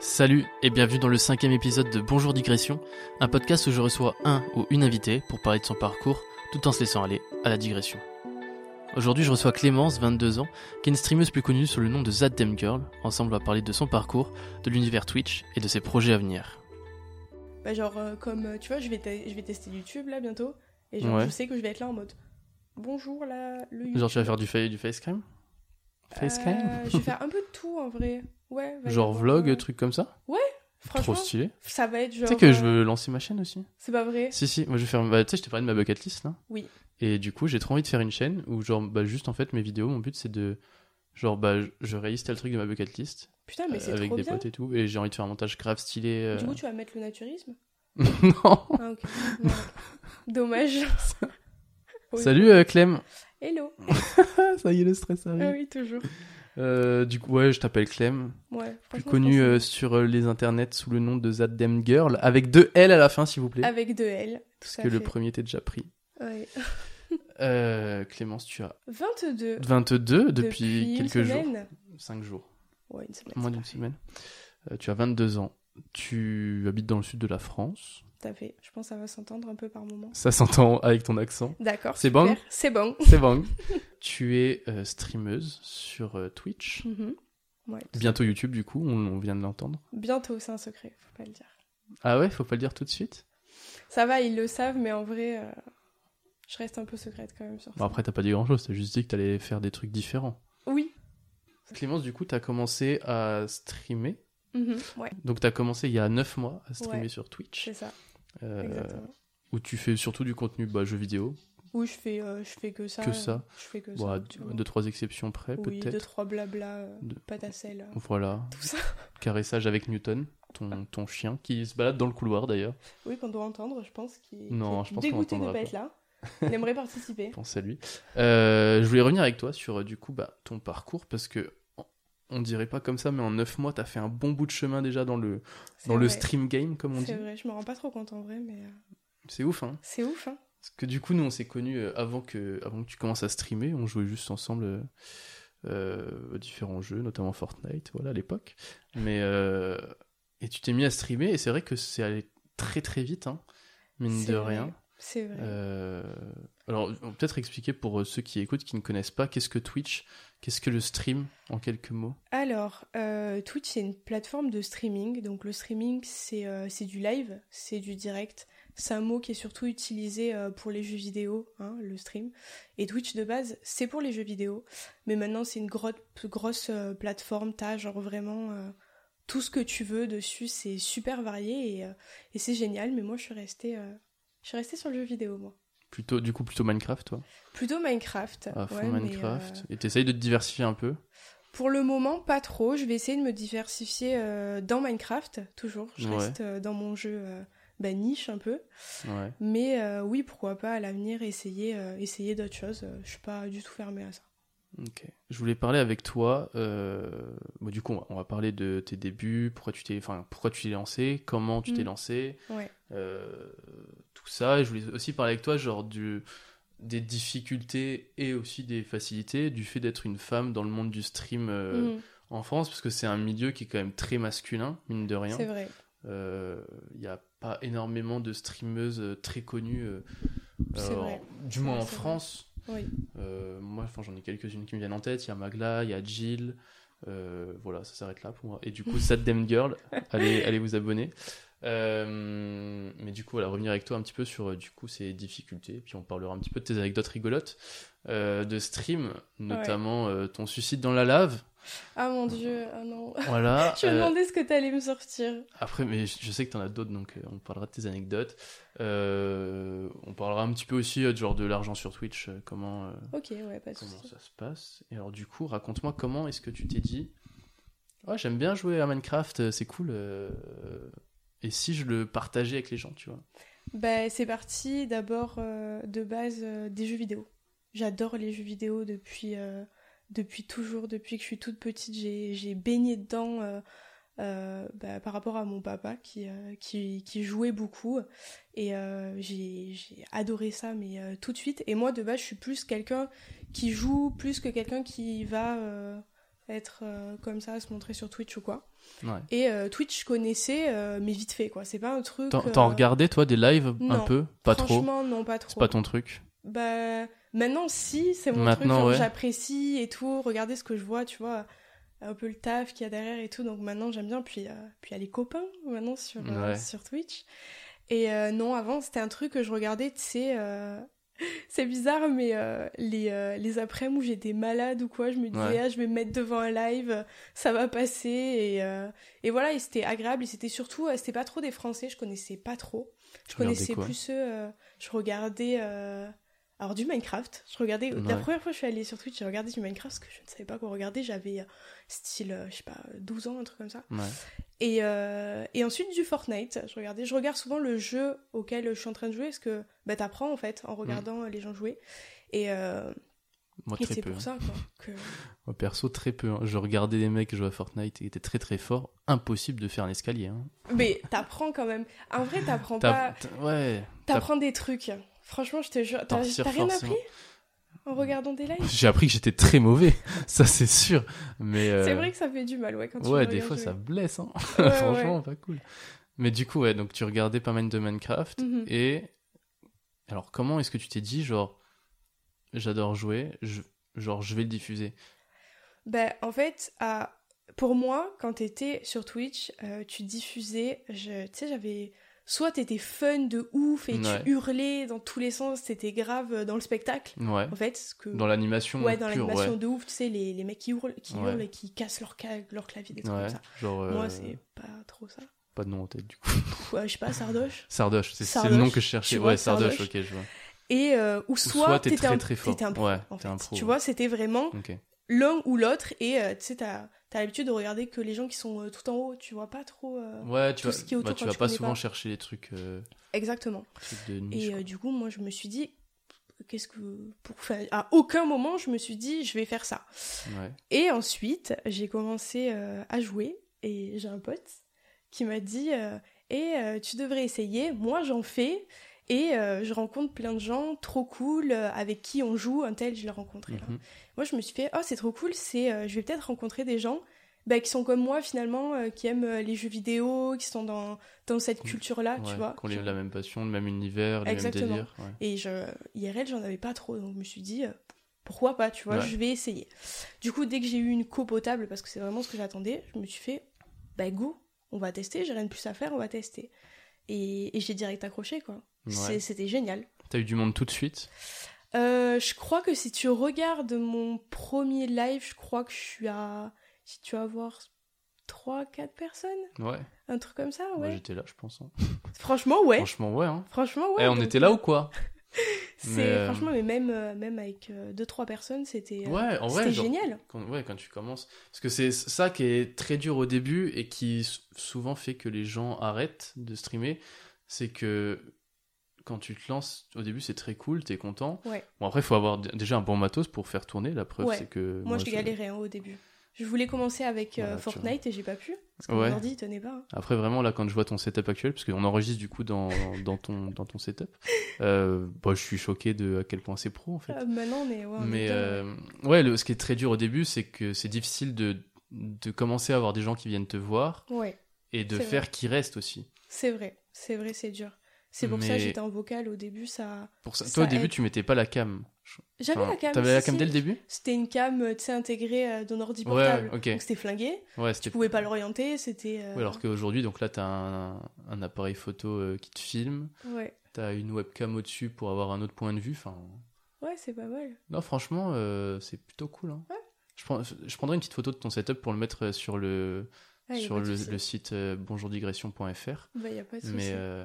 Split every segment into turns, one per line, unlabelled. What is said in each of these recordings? Salut et bienvenue dans le cinquième épisode de Bonjour Digression, un podcast où je reçois un ou une invitée pour parler de son parcours tout en se laissant aller à la digression. Aujourd'hui, je reçois Clémence, 22 ans, qui est une streameuse plus connue sous le nom de Zad Dem Girl. Ensemble, on va parler de son parcours, de l'univers Twitch et de ses projets à venir.
Bah genre euh, comme euh, tu vois je vais, te- je vais tester YouTube là bientôt et genre
Ouais.
je sais que je vais être là en mode bonjour là le YouTube.
Genre, tu vas faire du, fa- du facecam Facecam
Euh, je vais faire un peu de tout en vrai ouais va y
Genre
avoir,
vlog,
euh,
truc comme ça
franchement
Trop stylé.
ça va être
Tu
genre
sais que je
euh,
veux lancer ma chaîne aussi
c'est pas vrai
Si, si, moi je vais faire. bah, tu sais, je t'ai parlé de ma bucket list là.
Oui.
Et du coup, j'ai trop envie de faire une chaîne où, genre, bah, juste en fait, mes vidéos, mon but c'est de. Genre, bah, je- je réalise tel truc de ma bucket list
putain Ah, mais
euh,
c'est
avec
trop
des
bien
potes et tout. Et j'ai envie de faire un montage grave stylé. euh, Oh.
du coup tu vas mettre le naturisme
non
ah ok Merde. dommage Oui.
Salut euh, Clem
hello
Ça y est, le stress
ah oui toujours
Euh, du coup, ouais, je t'appelle Clem.
ouais
Plus
franchement,
connu
je pense
euh, sur euh, les internets sous le nom de Zaddem Girl, avec deux L à la fin, s'il vous plaît.
que- avec deux L Ah tout
parce
à
que le
fait.
premier t'est déjà pris.
Ouais.
Euh, Clémence, tu as
22
22 depuis,
Euh, une
quelques jours.
semaine.
5 jours.
ouais une semaine
Moins
c'est
d'une
parfait.
semaine. Euh, tu as 22 ans. Tu habites dans le sud de la France.
tout à fait je pense que ça va s'entendre un peu par moment
Ça s'entend avec ton accent.
D'accord.
C'est
super.
bon
C'est bon.
C'est bon. tu es euh, streameuse sur euh, Twitch.
Ouais.
Bientôt YouTube, du coup, on, on vient de l'entendre.
Bientôt, c'est un secret, faut pas le dire.
Ah ouais, faut pas le dire tout de suite.
Ça va, ils le savent, mais en vrai, euh, je reste un peu secrète quand même sur
Bon,
ça.
après, t'as pas dit grand chose, t'as juste dit que t'allais faire des trucs différents.
Oui.
Clémence, du coup, t'as commencé à streamer.
Mhm. Ouais,
Donc, t'as commencé il y a 9 mois à streamer
Ouais.
sur Twitch,
c'est ça,
euh,
exactement.
où tu fais surtout du contenu bah, jeux vidéo,
Oui, je fais, euh, je fais que ça.
que
euh,
ça.
Je fais que
Bon, à
ça. tu vois.
deux, trois exceptions près,
oui, deux,
peut-être.
trois blabla, euh,
Deux.
patacelle, euh,
Voilà,
tout ça.
caressage avec Newton, ton, ton chien, qui se balade dans le couloir d'ailleurs.
Oui, qu'on doit entendre, je pense, qui
Non,
qui est
je pense qu'on
dégoûté de
l'entendra
pas être là. Il aimerait participer.
Pense à lui. Euh, je voulais revenir avec toi sur euh, du coup bah, ton parcours parce que on dirait pas comme ça, mais en 9 mois, t'as fait un bon bout de chemin déjà dans le,
C'est
dans le
vrai,
stream game, comme on dit.
C'est vrai, je me rends pas trop compte en vrai, mais euh,
C'est ouf, hein.
c'est ouf, hein.
Parce que du coup, nous, on s'est connus euh, avant que, avant que tu commences à streamer. On jouait juste ensemble euh, euh, à différents jeux, notamment Fortnite, voilà, à l'époque. Mais. euh, et tu t'es mis à streamer, et c'est vrai que c'est allé très très vite, hein, mine
C'est
de
vrai,
rien.
C'est vrai.
Euh, alors, on peut peut-être expliquer pour euh, ceux qui écoutent, qui ne connaissent pas, qu'est-ce que Twitch, qu'est-ce que le stream, en quelques mots.
Alors, euh, Twitch, c'est une plateforme de streaming. Donc, le streaming, c'est euh, c'est du live, c'est du direct. C'est un mot qui est surtout utilisé euh, pour les jeux vidéo, hein, le stream. Et Twitch, de base, c'est pour les jeux vidéo. Mais maintenant, c'est une grotte- grosse euh, plateforme. T'as genre vraiment euh, tout ce que tu veux dessus. C'est super varié et, euh, et c'est génial. Mais moi, je suis restée, euh, je suis restée sur le jeu vidéo, moi.
Plutôt, du coup, plutôt Minecraft, toi.
Plutôt Minecraft.
À fond
ouais, mais,
Ah, Minecraft.
euh,
Et t'essayes de te diversifier un peu.
Pour le moment, pas trop. Je vais essayer de me diversifier euh, dans Minecraft, toujours. Je
Ouais.
reste euh, dans mon jeu euh, bah, niche un peu.
Ouais.
Mais euh, oui, pourquoi pas à l'avenir essayer, euh, essayer d'autres choses. Euh, Je suis pas du tout fermée à ça.
Ok. Je voulais parler avec toi. euh, bon, du coup, on va, on va parler de tes débuts, pourquoi tu t'es, enfin, pourquoi tu t'es lancé, comment tu t'es
Mm.
lancé,
Ouais.
euh, tout ça. Et je voulais aussi parler avec toi, genre du, des difficultés et aussi des facilités du fait d'être une femme dans le monde du stream euh,
Mhm,
en France, parce que c'est un milieu qui est quand même très masculin, mine de rien.
C'est vrai.
Euh, Il n'y a pas énormément de streameuses euh, très connues, euh,
C'est
euh,
vrai.
en- du moins
vrai,
en
c'est vrai.
France.
Oui.
Euh, moi, enfin, j'en ai quelques-unes qui me viennent en tête. Il y a Magla, il y a Jill. Euh, voilà, ça s'arrête là pour moi. Et du coup, Sad Damn Girl, allez, allez vous abonner. Euh, mais du coup, voilà, revenir avec toi un petit peu sur euh, du coup ces difficultés. Puis on parlera un petit peu de tes anecdotes rigolotes euh, de stream, notamment euh, ton suicide dans la lave.
Ah mon dieu, ah non.
Voilà.
je me
Euh,
demandais ce que t'allais me sortir.
après, mais je je sais que t'en as d'autres, donc euh, on parlera de tes anecdotes. Euh, on parlera un petit peu aussi euh, de genre de l'argent sur Twitch, euh, comment. euh,
Ok, ouais, pas de
comment
soucis.
ça se passe. Et alors du coup, raconte-moi comment est-ce que tu t'es dit Ouais, j'aime bien jouer à Minecraft, euh, c'est cool. euh, Et si je le partageais avec les gens, tu vois
Bah, c'est parti d'abord euh, de base euh, des jeux vidéo. J'adore les jeux vidéo depuis, euh, depuis toujours, depuis que je suis toute petite. J'ai j'ai baigné dedans euh, euh, bah, par rapport à mon papa qui, euh, qui, qui jouait beaucoup. Et euh, j'ai j'ai adoré ça, mais euh, tout de suite. Et moi, de base, je suis plus quelqu'un qui joue, plus que quelqu'un qui va euh, être euh, comme ça, se montrer sur Twitch ou quoi.
Ouais.
Et euh, Twitch, je connaissais, euh, mais vite fait, quoi. C'est pas un truc.
T'en
euh,
t'en regardais, toi, des lives un
non.
peu Pas trop
Franchement, non, pas trop.
C'est pas ton truc
Bah, maintenant, si, c'est mon truc.
Maintenant,
genre,
ouais.
J'apprécie et tout. Regardez ce que je vois, tu vois. Un peu le taf qu'il y a derrière et tout. Donc maintenant, j'aime bien. Puis, euh, puis il y a les copains, maintenant, sur, euh,
Ouais.
sur Twitch. Et euh, non, avant, c'était un truc que je regardais, tu sais. euh, C'est bizarre, mais euh, les, euh, les après-midi où j'étais malade ou quoi, je me disais,
Ouais.
ah, je vais me mettre devant un live, ça va passer. Et, euh, et voilà, et c'était agréable. Et c'était surtout, euh, c'était pas trop des Français, je connaissais pas trop. Je
Tu regardais
connaissais
quoi
plus ceux. euh, je regardais. euh, alors, du Minecraft. Je regardais. euh, La
Ouais.
première fois que je suis allée sur Twitch, j'ai regardé du Minecraft parce que je ne savais pas quoi regarder. J'avais euh, style, euh, je sais pas, 12 ans, un truc comme ça.
Ouais.
Et, euh, et ensuite du Fortnite. Je regardais. Je regarde souvent le jeu auquel je suis en train de jouer parce que bah, t'apprends en fait en regardant euh, les gens jouer. Et, euh,
Mm. Moi,
et
très
c'est
peu.
pour
hein.
ça quoi, que.
Moi, perso, très peu. hein. Je regardais des mecs jouer à Fortnite et étaient très très forts. Impossible de faire un escalier. hein.
Mais t'apprends quand même. En vrai, t'apprends
T'as-
pas.
t'as- Ouais.
T'apprends des trucs. Franchement, je te jure. T'as
T'en tires
t'as rien
forcément.
appris en regardant des lives
J'ai appris que j'étais très mauvais. Ça, c'est sûr. Mais.
C'est
euh,
vrai que ça fait du mal, ouais, quand tu
Ouais,
le
des
regardes
fois,
jouer.
ça blesse. hein.
Ouais, ouais.
Franchement, pas cool. Mais du coup, ouais, donc tu regardais pas mal de Minecraft.
Mhm.
Et alors, comment est-ce que tu t'es dit, genre, j'adore jouer, je- genre, je vais le diffuser
Ben, en fait, à... pour moi, quand t'étais sur Twitch, euh, tu diffusais, je... tu sais, j'avais... Soit t'étais fun de ouf et
Ouais.
tu hurlais dans tous les sens, c'était grave euh, dans le spectacle,
Ouais.
en fait, ce que...
Dans l'animation
Euh, ouais, dans
pure,
l'animation
ouais.
de ouf, tu sais, les, les mecs qui hurlent, qui
Ouais.
hurlent et qui cassent leur, ca- leur clavier, des trucs
Ouais,
comme ça.
genre, euh,
Moi, c'est pas trop ça.
pas de nom en tête du coup.
Pff, ouais, je sais pas, Sardoche.
Sardoche, c'est c'est le
Sardoche,
nom que je cherchais.
tu vois,
ouais, Sardoche,
Sardoche.
ok, je vois.
Et, euh, ou
Ou
soit,
t'es
t'étais
très
un...
très fort.
t'étais un pro,
ouais,
en
t'es un
fait.
pro.
Tu
ouais.
vois, c'était vraiment
Ok.
l'un ou l'autre et euh, tu sais t'as t'as l'habitude de regarder que les gens qui sont euh, tout en haut tu vois pas trop euh,
Ouais, tu
tout
vas,
ce qui est autour
bah, tu
quand
vas
tu
pas
connais
souvent
pas.
chercher les trucs, euh,
exactement
trucs de niche.
et euh,
quoi.
du coup moi je me suis dit qu'est-ce que pour faire à aucun moment je me suis dit je vais faire ça euh,
Ouais.
et ensuite j'ai commencé euh, à jouer et j'ai un pote qui m'a dit et tu devrais essayer moi j'en fais et euh, je rencontre plein de gens trop cool euh, avec qui on joue un tel je l'ai rencontré là
Mhm.
Moi, je me suis fait, oh, c'est trop cool, c'est, euh, je vais peut-être rencontrer des gens bah, qui sont comme moi, finalement, euh, qui aiment euh, les jeux vidéo, qui sont dans, dans cette
Qu'on-
culture-là,
Ouais,
Ah, tu vois.
Qu'on ait la même passion, le même univers, les
Exactement.
mêmes délires. ouais.
Et je, IRL, j'en avais pas trop, donc je me suis dit, euh, pourquoi pas, tu vois,
Ouais.
je vais essayer. Du coup, dès que j'ai eu une copotable, parce que c'est vraiment ce que j'attendais, je me suis fait, bah go, on va tester, j'ai rien de plus à faire, on va tester. Et, et j'ai direct accroché, quoi.
Ouais.
C'est- C'était génial.
T'as eu du monde tout de suite
Euh, je crois que si tu regardes mon premier live, je crois que je suis à. Si tu vas voir 3-4 personnes
Ouais.
Un truc comme ça,
Moi,
ouais.
j'étais là, je pense. hein.
Franchement, ouais.
Franchement, ouais. hein.
Franchement, ouais.
Eh, on
donc,
était là ou quoi
c'est-
mais, euh,
Franchement, mais même, euh, même avec 2-3 personnes, c'était euh,
Ouais, en vrai,
c'était
genre,
génial.
quand, ouais, quand tu commences. Parce que c'est ça qui est très dur au début et qui s- souvent fait que les gens arrêtent de streamer, c'est que quand tu te lances, au début c'est très cool, t'es content.
Ouais.
Bon après, il faut avoir d- déjà un bon matos pour faire tourner. La preuve,
Ouais.
c'est que
Moi, j'ai galéré hein, au début. Je voulais commencer avec euh,
Voilà, tu vois.
Fortnite et j'ai pas pu. Parce que
Ouais.
mon ordi, il tenait pas. hein.
Après, vraiment, là, quand je vois ton setup actuel, parce qu'on enregistre du coup dans, dans, ton, dans ton setup, euh, bah, je suis choqué de à quel point c'est pro en fait.
Euh, maintenant, mais ouais. on est
Mais
bien, ouais.
euh, ouais, le- ce qui est très dur au début, c'est que c'est difficile de, de commencer à avoir des gens qui viennent te voir
Ouais,
et de
C'est vrai.
faire qu'ils restent aussi.
c'est vrai. C'est vrai, c'est dur. C'est pour ça
Mais-
que j'étais en vocal au début, ça.
Pour ça,
Ça
toi, au début,
aide.
tu mettais pas la cam. Je-
J'avais
enfin,
la cam.
T'avais la
si,
cam
si.
dès le début
C'était une cam, euh, tu sais, intégrée euh, dans ordi
Ouais,
portable.
ok.
Donc c'était flingué.
Ouais,
Tu
c'était.
pouvais pas l'orienter, c'était. euh,
Ouais, alors qu'aujourd'hui, donc là, t'as un, un appareil photo euh, qui te filme,
Ouais,
t'as une webcam au-dessus pour avoir un autre point de vue. Enfin,
Ouais, c'est pas mal.
non, franchement, euh, c'est plutôt cool. hein. Je, prends, je prendrai une petite photo de ton setup pour le mettre euh, sur le,
Ouais, Ah, y a
sur
pas de
le,
souci.
le site euh, bonjourdigression.fr.
Bah, y a pas de souci.
mais euh,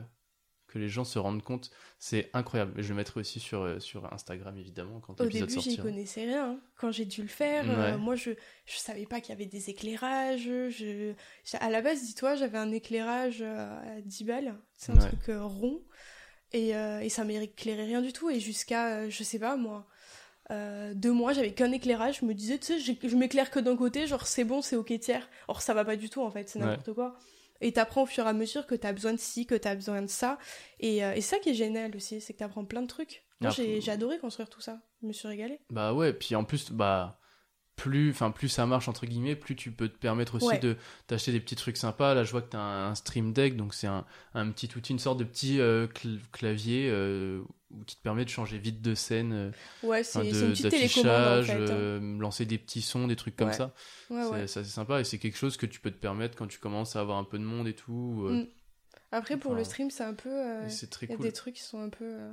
que les gens se rendent compte, c'est incroyable. Et Je le mettrai aussi sur, euh, sur Instagram, évidemment, quand
Au
l'épisode
début, j'y
sortira.
connaissais rien. Quand j'ai dû le faire, euh,
Ouais.
moi, je, je savais pas qu'il y avait des éclairages. Je... j'a- À la base, dis-toi, j'avais un éclairage euh, à 10 balles. C'est un
Ouais.
truc euh, rond. Et, euh, et ça m'éclairait rien du tout. Et jusqu'à, euh, je sais pas, moi, euh, deux mois, j'avais qu'un éclairage. Je me disais, tu sais, j'ai- je m'éclaire que d'un côté, genre c'est bon, c'est ok tiers. Or, ça va pas du tout, en fait, c'est
Ouais.
n'importe quoi. Et t'apprends au fur et à mesure que t'as besoin de ci, que t'as besoin de ça. Et, euh, et ça qui est génial aussi, c'est que t'apprends plein de trucs. Moi,
Après-
j'ai j'ai adoré construire tout ça. Je me suis régalée.
Bah ouais, puis en plus, bah, plus, enfin, plus ça marche, entre guillemets, plus tu peux te permettre aussi
Ouais.
de t'acheter des petits trucs sympas. Là, je vois que tu as un, un Stream Deck, donc c'est un, un petit outil, une sorte de petit euh, cl- clavier euh, qui te permet de changer vite de scène, euh,
Ouais,
enfin,
c'est c'est une
de-
petite télécommande en
d'affichage,
fait. hein.
euh, lancer des petits sons, des trucs comme
Ouais.
ça.
Ouais, ouais.
C'est c'est assez sympa et c'est quelque chose que tu peux te permettre quand tu commences à avoir un peu de monde et tout. euh,
Mm. Après, pour le
enfin,
stream, c'est un peu. euh,
et c'est très
Il y a
cool.
des trucs qui sont un peu. euh,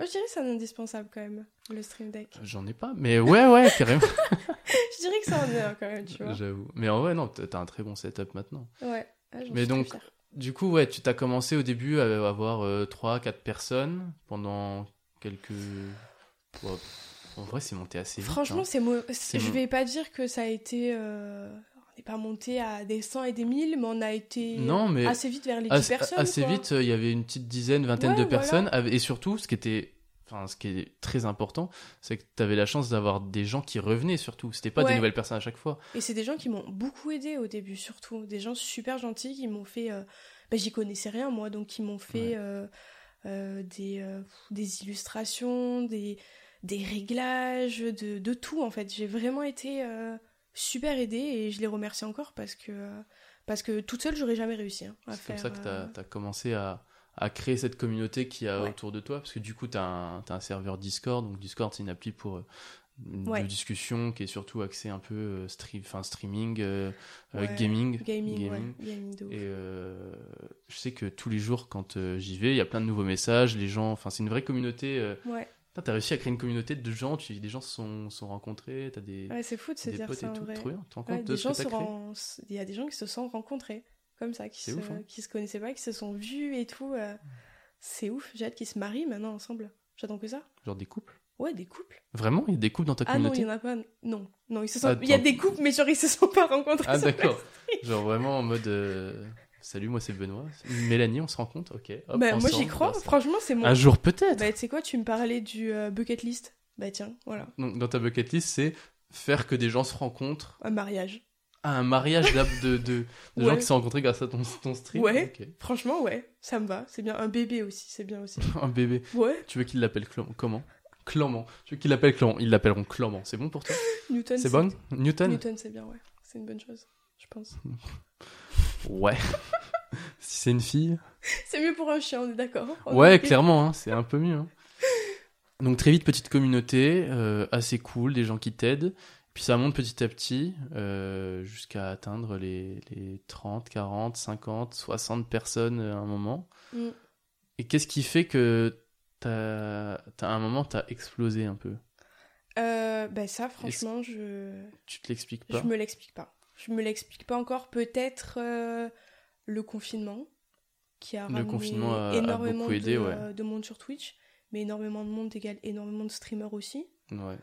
Moi, je dirais que c'est un indispensable quand même, le Stream Deck.
J'en ai pas, mais ouais, ouais, carrément.
je dirais que c'est en est un quand même, tu vois.
J'avoue. Mais en vrai, non, t'as t'as un très bon setup maintenant.
Ouais. Ah, j'en
Mais
suis très
donc,
fière.
Du coup, ouais, tu t'as commencé au début à avoir 3-4 personnes pendant quelques. Ouais, en vrai, c'est monté assez vite.
Franchement,
hein.
c'est mo-
C'est
je
mo-
vais pas dire que ça a été. euh, On n'est pas monté à des 100 et des 1000, mais on a été
Non, mais.
assez vite vers les 10
Assez,
personnes.
assez
quoi.
vite, euh, il y avait une petite dizaine, vingtaine
Ouais,
de
voilà.
personnes. avec- Et surtout, ce qui était. Enfin, ce qui est très important, c'est que tu avais la chance d'avoir des gens qui revenaient surtout. C'était pas des
Ouais.
nouvelles personnes à chaque fois.
Et c'est des gens qui m'ont beaucoup aidé au début, surtout. Des gens super gentils qui m'ont fait. euh, bah, J'y connaissais rien, moi, donc qui m'ont fait
Ouais.
euh, euh, des, euh, des illustrations, des, des réglages, de, de tout, en fait. J'ai vraiment été euh, super aidée et je les remercie encore parce que, euh, parce que toute seule, j'aurais jamais réussi hein, à
C'est comme
faire.
ça que tu
euh,
as, commencé à, à créer cette communauté qu'il y a
Ouais.
autour de toi, parce que du coup, tu as, un t'as un serveur Discord. Donc, Discord, c'est une appli pour euh, une-
Ouais.
de discussion qui est surtout axée un peu euh, stream, enfin, streaming, euh, euh,
Ouais.
gaming.
Gaming, ouais, gaming de ouf.
Et euh, je sais que tous les jours, quand euh, j'y vais, il y a plein de nouveaux messages. Les gens, enfin, c'est une vraie communauté. euh,
Ouais,
putain, T'as réussi à créer une communauté de gens, tu, des gens se sont, sont rencontrés, t'as des,
ouais, c'est fou de se
des
dire
potes
ça
et
en
tout.
vrai.
Trop bien, tu te rends compte
Ouais,
de
des
ce que
gens
t'as
se
créé.
ren- Il y a des gens qui se sont rencontrés, comme ça, qui,
C'est
se...
ouf, hein.
qui se connaissaient pas, qui se sont vus et tout. euh, C'est ouf, j'ai hâte qu'ils se marient maintenant ensemble. J'attends que ça.
Genre des couples.
Ouais, des couples.
Vraiment, il y a des couples dans ta
Ah non, il
communauté
y en a pas. Non, non, ils se sont.
Attends.
Il y a des couples, mais genre ils se sont pas rencontrés.
Ah
sur place.
d'accord. Genre vraiment en mode euh, salut moi c'est Benoît, Mélanie on se rencontre, ok. hop,
Bah, moi
ensemble, Ah,
j'y crois,
dans ça.
franchement, c'est mon.
Un jour peut-être.
Bah, tu sais quoi, tu me parlais du euh, bucket list. Bah, tiens, voilà,
Donc dans ta bucket list c'est faire que des gens se rencontrent
un mariage.
à un mariage d'ab de, de, de gens
Ouais.
qui se sont rencontrés grâce à ton, ton stream.
Ouais.
ok.
Franchement, ouais, ça me va. C'est bien. Un bébé aussi, c'est bien aussi.
Un bébé.
Ouais,
Tu veux qu'il l'appelle Clam- comment Clament. Tu veux qu'il l'appelle Clament Ils l'appelleront Clament. C'est bon pour toi
Newton.
C'est bon Newton
Newton, c'est bien, ouais. C'est une bonne chose, je pense.
Ouais. si c'est une fille.
C'est mieux pour un chien, on est d'accord. On
Ouais,
est-
clairement, hein, c'est un peu mieux. hein. Donc très vite, petite communauté, euh, assez cool, des gens qui t'aident. Puis ça monte petit à petit euh, jusqu'à atteindre les, les 30, 40, 50, 60 personnes euh, à un moment.
Mm.
Et qu'est-ce qui fait que t'as, t'as- à un moment, t'as explosé un peu
Euh, bah ça, franchement, je...
Tu te l'expliques
je
pas
me l'explique pas. Je me l'explique pas encore. Peut-être euh, le confinement qui a
Le
ramené
confinement a- a
énormément
beaucoup aidé,
de,
ouais.
de monde sur Twitch, mais énormément de monde égale énormément de streamers aussi.
Ouais.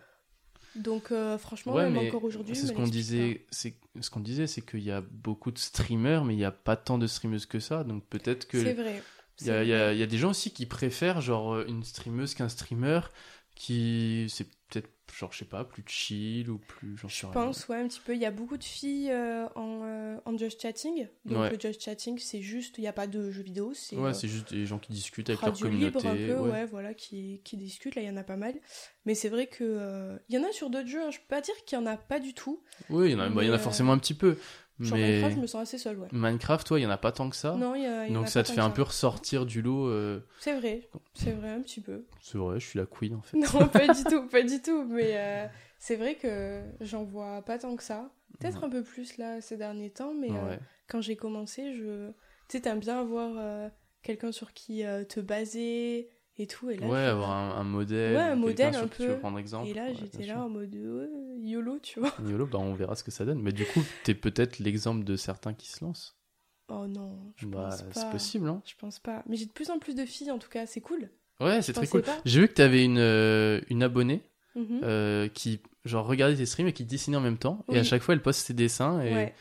Donc euh, franchement,
Ouais,
même
mais
encore aujourd'hui, je
C'est ce
me
qu'on
l'explique
disait, c'est ce qu'on disait, c'est qu'il y a beaucoup de streamers, mais il n'y a pas tant de streameuses que ça. Donc peut-être
pas.
que
C'est vrai.
Il y, a-
c'est
il y
vrai.
a- il y a des gens aussi qui préfèrent genre euh, une streameuse qu'un streamer qui c'est peut-être genre je sais pas plus chill ou plus j'en sais
Je
rien.
pense, ouais, un petit peu. Il y a beaucoup de filles euh, en, euh, en just chatting. Donc
Ouais.
le just chatting, c'est juste, il n'y a pas de jeux vidéo, c'est
Ouais,
euh,
c'est juste des gens qui discutent avec leur
radio
communauté.
libre un peu,
ouais.
ouais, voilà, qui, qui discutent. Là, il y en a pas mal. Mais c'est vrai que euh, il y en a sur d'autres jeux. hein. Je peux pas dire qu'il y en a pas du tout.
Oui, il y en a, bah, il y en a
Mais, euh,
forcément un petit peu,
Sur
mais
Minecraft, je me sens assez seule, ouais.
Minecraft, ouais, il y en a pas tant que ça.
Non, il y a- il y en
Donc
a
ça
pas
te
tant
fait un
que
peu ressortir du lot. euh,
C'est vrai, c'est vrai un petit peu.
C'est vrai, je suis la queen en fait.
Non, pas du tout, pas du tout. Mais euh, c'est vrai que j'en vois pas tant que ça. Peut-être
Ouais.
un peu plus là ces derniers temps, mais euh,
Ouais.
quand j'ai commencé, je, tu sais, t'aimes bien avoir euh, quelqu'un sur qui euh, te baser et tout. Et là,
Ouais,
je-
avoir un, un modèle.
Ouais, un
quelqu'un
modèle
sur
un
qui Tu veux
peu.
prendre exemple.
Et là,
ouais,
j'étais
bien
là en mode euh, YOLO, tu vois.
sûr. YOLO, bah on verra ce que ça donne. Mais du coup, t'es peut-être l'exemple de certains qui se lancent.
Oh non, je
bah,
pense pas.
c'est possible, hein.
Je pense pas. Mais j'ai de plus en plus de filles, en tout cas, c'est cool.
Ouais, c'est
Je
très
pensais
cool.
pas.
J'ai vu que t'avais une, euh, une abonnée
Mhm.
euh, qui genre regardait tes streams et qui dessinait en même temps. Et
Oui.
à chaque fois, elle poste ses dessins. Et,
ouais.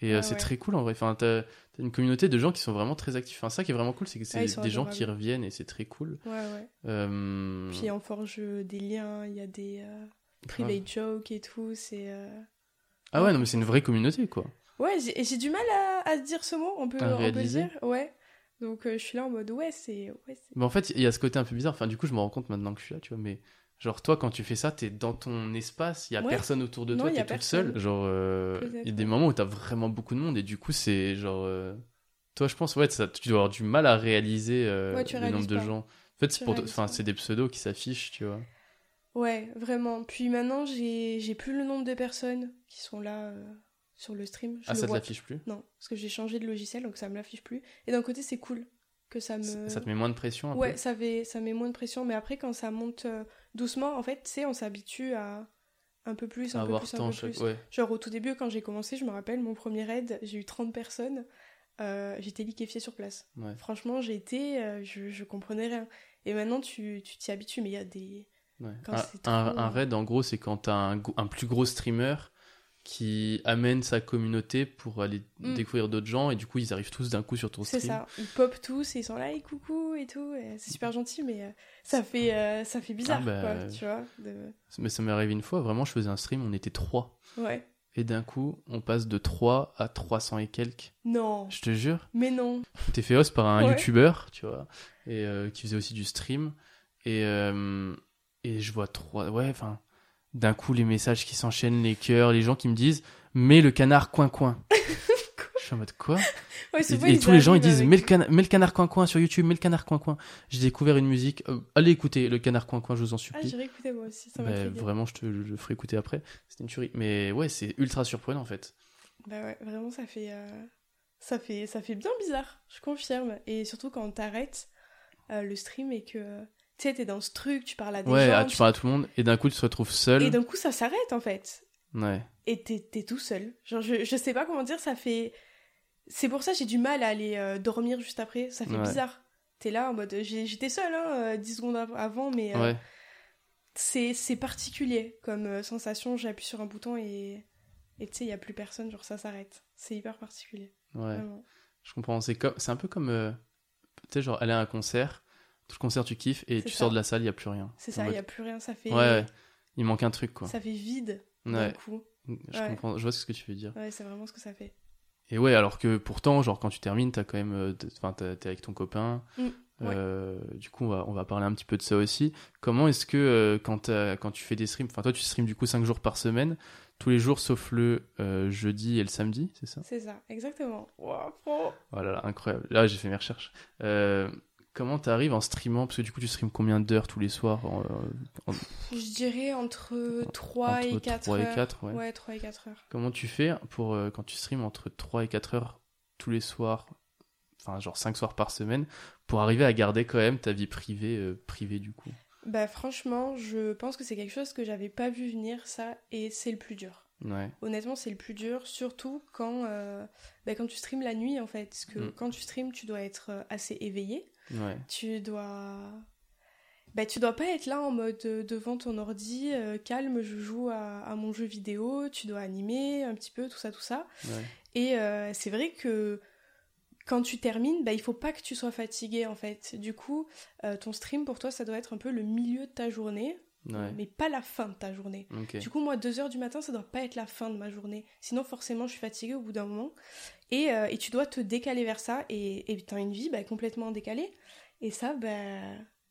et euh,
Ouais,
c'est
ouais.
très cool en vrai. Enfin, t'as t'as une communauté de gens qui sont vraiment très actifs. Enfin, ça qui est vraiment cool, c'est que c'est
Ah, ils
des
sont
gens qui
adorables.
reviennent et c'est très cool.
ouais, ouais.
Euh,
Puis on forge des liens, il y a des euh,
grave.
private jokes et tout. C'est. euh,
Ah ouais, non, mais c'est une vraie communauté quoi.
Ouais, j'ai et j'ai du mal à, à se dire ce mot, on peut,
À
on peut le
réaliser.
dire. Ouais. Donc euh, je suis là en mode ouais, c'est. Ouais, c'est-
Mais en fait, il y a ce côté un peu bizarre. Enfin, du coup, je me rends compte maintenant que je suis là, tu vois. Mais Genre, toi, quand tu fais ça, t'es dans ton espace, il y a
Ouais.
personne autour de
Non,
toi,
y
t'es
a
toute
personne.
seule. Genre, euh, il y a des
Exactement.
moments où t'as vraiment beaucoup de monde et du coup, c'est genre. euh, Toi, je pense, ouais, ça, tu dois avoir du mal à réaliser euh,
Ouais, tu
le nombre
réalises
de
pas.
gens. En fait, c'est
Tu
pour te-
réalises
enfin,
pas.
c'est des pseudos qui s'affichent, tu vois.
Ouais, vraiment. Puis maintenant, j'ai j'ai plus le nombre de personnes qui sont là euh, sur le stream. Je
ah,
le
ça te
vois.
l'affiche plus
Non, parce que j'ai changé de logiciel, donc ça me l'affiche plus. Et d'un côté, c'est cool que ça me...
Ça- Ça te met moins de pression un
ouais,
peu
ça, fait- ça met moins de pression, mais après, quand ça monte euh, doucement, en fait, tu sais, on s'habitue à un peu plus, un
à
peu
avoir
plus, un
tant
peu
chaque.
plus.
Ouais.
Genre, au tout début, quand j'ai commencé, je me rappelle, mon premier raid, j'ai eu 30 personnes, euh, j'étais liquéfiée sur place.
Ouais.
Franchement, j'ai été, euh, je, je comprenais rien. Et maintenant, tu tu t'y habitues, mais il y a des...
Ouais.
Quand
Un,
c'est
un-
trop,
un
euh,
raid, en gros, c'est quand t'as un, go- un plus gros streamer qui amène sa communauté pour aller
Mm.
découvrir d'autres gens et du coup, ils arrivent tous d'un coup sur ton
C'est
stream. Mm.
ça, ils pop tous et ils sont là, et coucou et tout. et C'est super gentil, mais euh, ça fait, euh, ça fait bizarre,
Ah bah,
quoi, tu vois. de-
Mais ça m'est arrivé une fois, vraiment, je faisais un stream, on était trois.
Ouais.
Et d'un coup, on passe de 3 à 300 et quelques.
Non,
Je te jure.
mais non.
T'es fait host par un
Ouais.
youtubeur, tu vois, et euh, qui faisait aussi du stream. Et, euh, et je vois trois. Ouais, enfin. D'un coup, les messages qui s'enchaînent, les cœurs, les gens qui me disent Mais le canard coin-coin. je suis en mode quoi
Ouais,
Et,
souvent,
et tous les gens ils
arrivent
disent
avec-
mets le, cana- mets le canard coin-coin sur YouTube, mets le canard coin-coin. J'ai découvert une musique. euh, allez écouter le canard coin-coin, je vous en
Ah,
supplie.
j'ai réécouté moi aussi, ça m'a
Ben,
intrigué.
vraiment, je te le ferai écouter après. C'était une tuerie. Mais ouais, c'est ultra surprenant en fait.
Bah ouais, vraiment, ça fait, euh, ça, fait, ça fait bien bizarre, je confirme. Et surtout quand t'arrêtes euh, le stream et que, euh, tu sais, t'es dans ce truc, tu parles à des
ouais,
gens.
ah, tu parles à tout le monde et d'un coup tu te retrouves seul.
Et d'un coup, ça s'arrête, en fait.
Ouais.
et t'es t'es tout seul. Genre, je, je sais pas comment dire, ça fait. C'est pour ça que j'ai du mal à aller euh, dormir juste après, ça fait
Ouais.
bizarre. T'es là en mode j'ai- j'étais seule hein, euh, 10 secondes av- avant, mais euh,
ouais.
c'est c'est particulier comme euh, sensation. J'appuie sur un bouton et et tu sais, il y a plus personne, genre ça s'arrête. C'est hyper particulier.
Ouais,
vraiment.
je comprends. C'est comme, c'est un peu comme, euh, tu sais, genre aller à un concert, tout le concert tu kiffes et
C'est
tu
ça.
sors de la salle, il y a plus rien.
C'est
En
ça, il
mode-
y a plus rien, ça fait,
Ouais, ouais. il manque un truc quoi.
ça fait vide d'un
Ouais,
coup.
je
ouais.
comprends, je vois ce que tu veux dire.
Ouais, c'est vraiment ce que ça fait.
Et ouais, alors que pourtant, genre quand tu termines, t'as quand même, euh, t- enfin, t'as- t'es avec ton copain.
Mm, ouais.
Euh, du coup, on va, on va parler un petit peu de ça aussi. Comment est-ce que euh, quand, t'as- quand tu fais des streams, enfin toi tu streams du coup 5 jours par semaine, tous les jours sauf le euh, jeudi et le samedi, c'est ça
C'est ça, exactement. Wow, pro.
Voilà, incroyable. Là, j'ai fait mes recherches. Euh, comment t'arrives en streamant Parce que du coup, tu streams combien d'heures tous les soirs en, euh, en-
Je dirais entre 3
entre
et 4
3 et
heures.
4, ouais.
Ouais, 3 et 4 heures.
Comment tu fais pour euh, quand tu streams entre 3 et 4 heures tous les soirs, enfin genre 5 soirs par semaine, pour arriver à garder quand même ta vie privée, euh, privée du coup
Bah franchement, je pense que c'est quelque chose que j'avais pas vu venir, ça, et c'est le plus dur.
Ouais,
Honnêtement, c'est le plus dur, surtout quand, euh, bah, quand tu streames la nuit, en fait. Parce que
Mm.
quand tu streames, tu dois être euh, assez éveillé.
ouais,
Tu dois... Bah, tu dois pas être là en mode euh, devant ton ordi, euh, calme, je joue à, à mon jeu vidéo, tu dois animer un petit peu, tout ça, tout ça.
ouais.
Et euh, c'est vrai que quand tu termines, bah, il faut pas que tu sois fatigué en fait. Du coup, euh, ton stream pour toi, ça doit être un peu le milieu de ta journée,
ouais.
mais pas la fin de ta journée.
Ok.
Du coup, moi, 2h du matin, ça doit pas être la fin de ma journée. Sinon, forcément, je suis fatiguée au bout d'un moment. Et, euh, et tu dois te décaler vers ça. Et et t'as une vie bah, complètement décalée. Et ça, bah,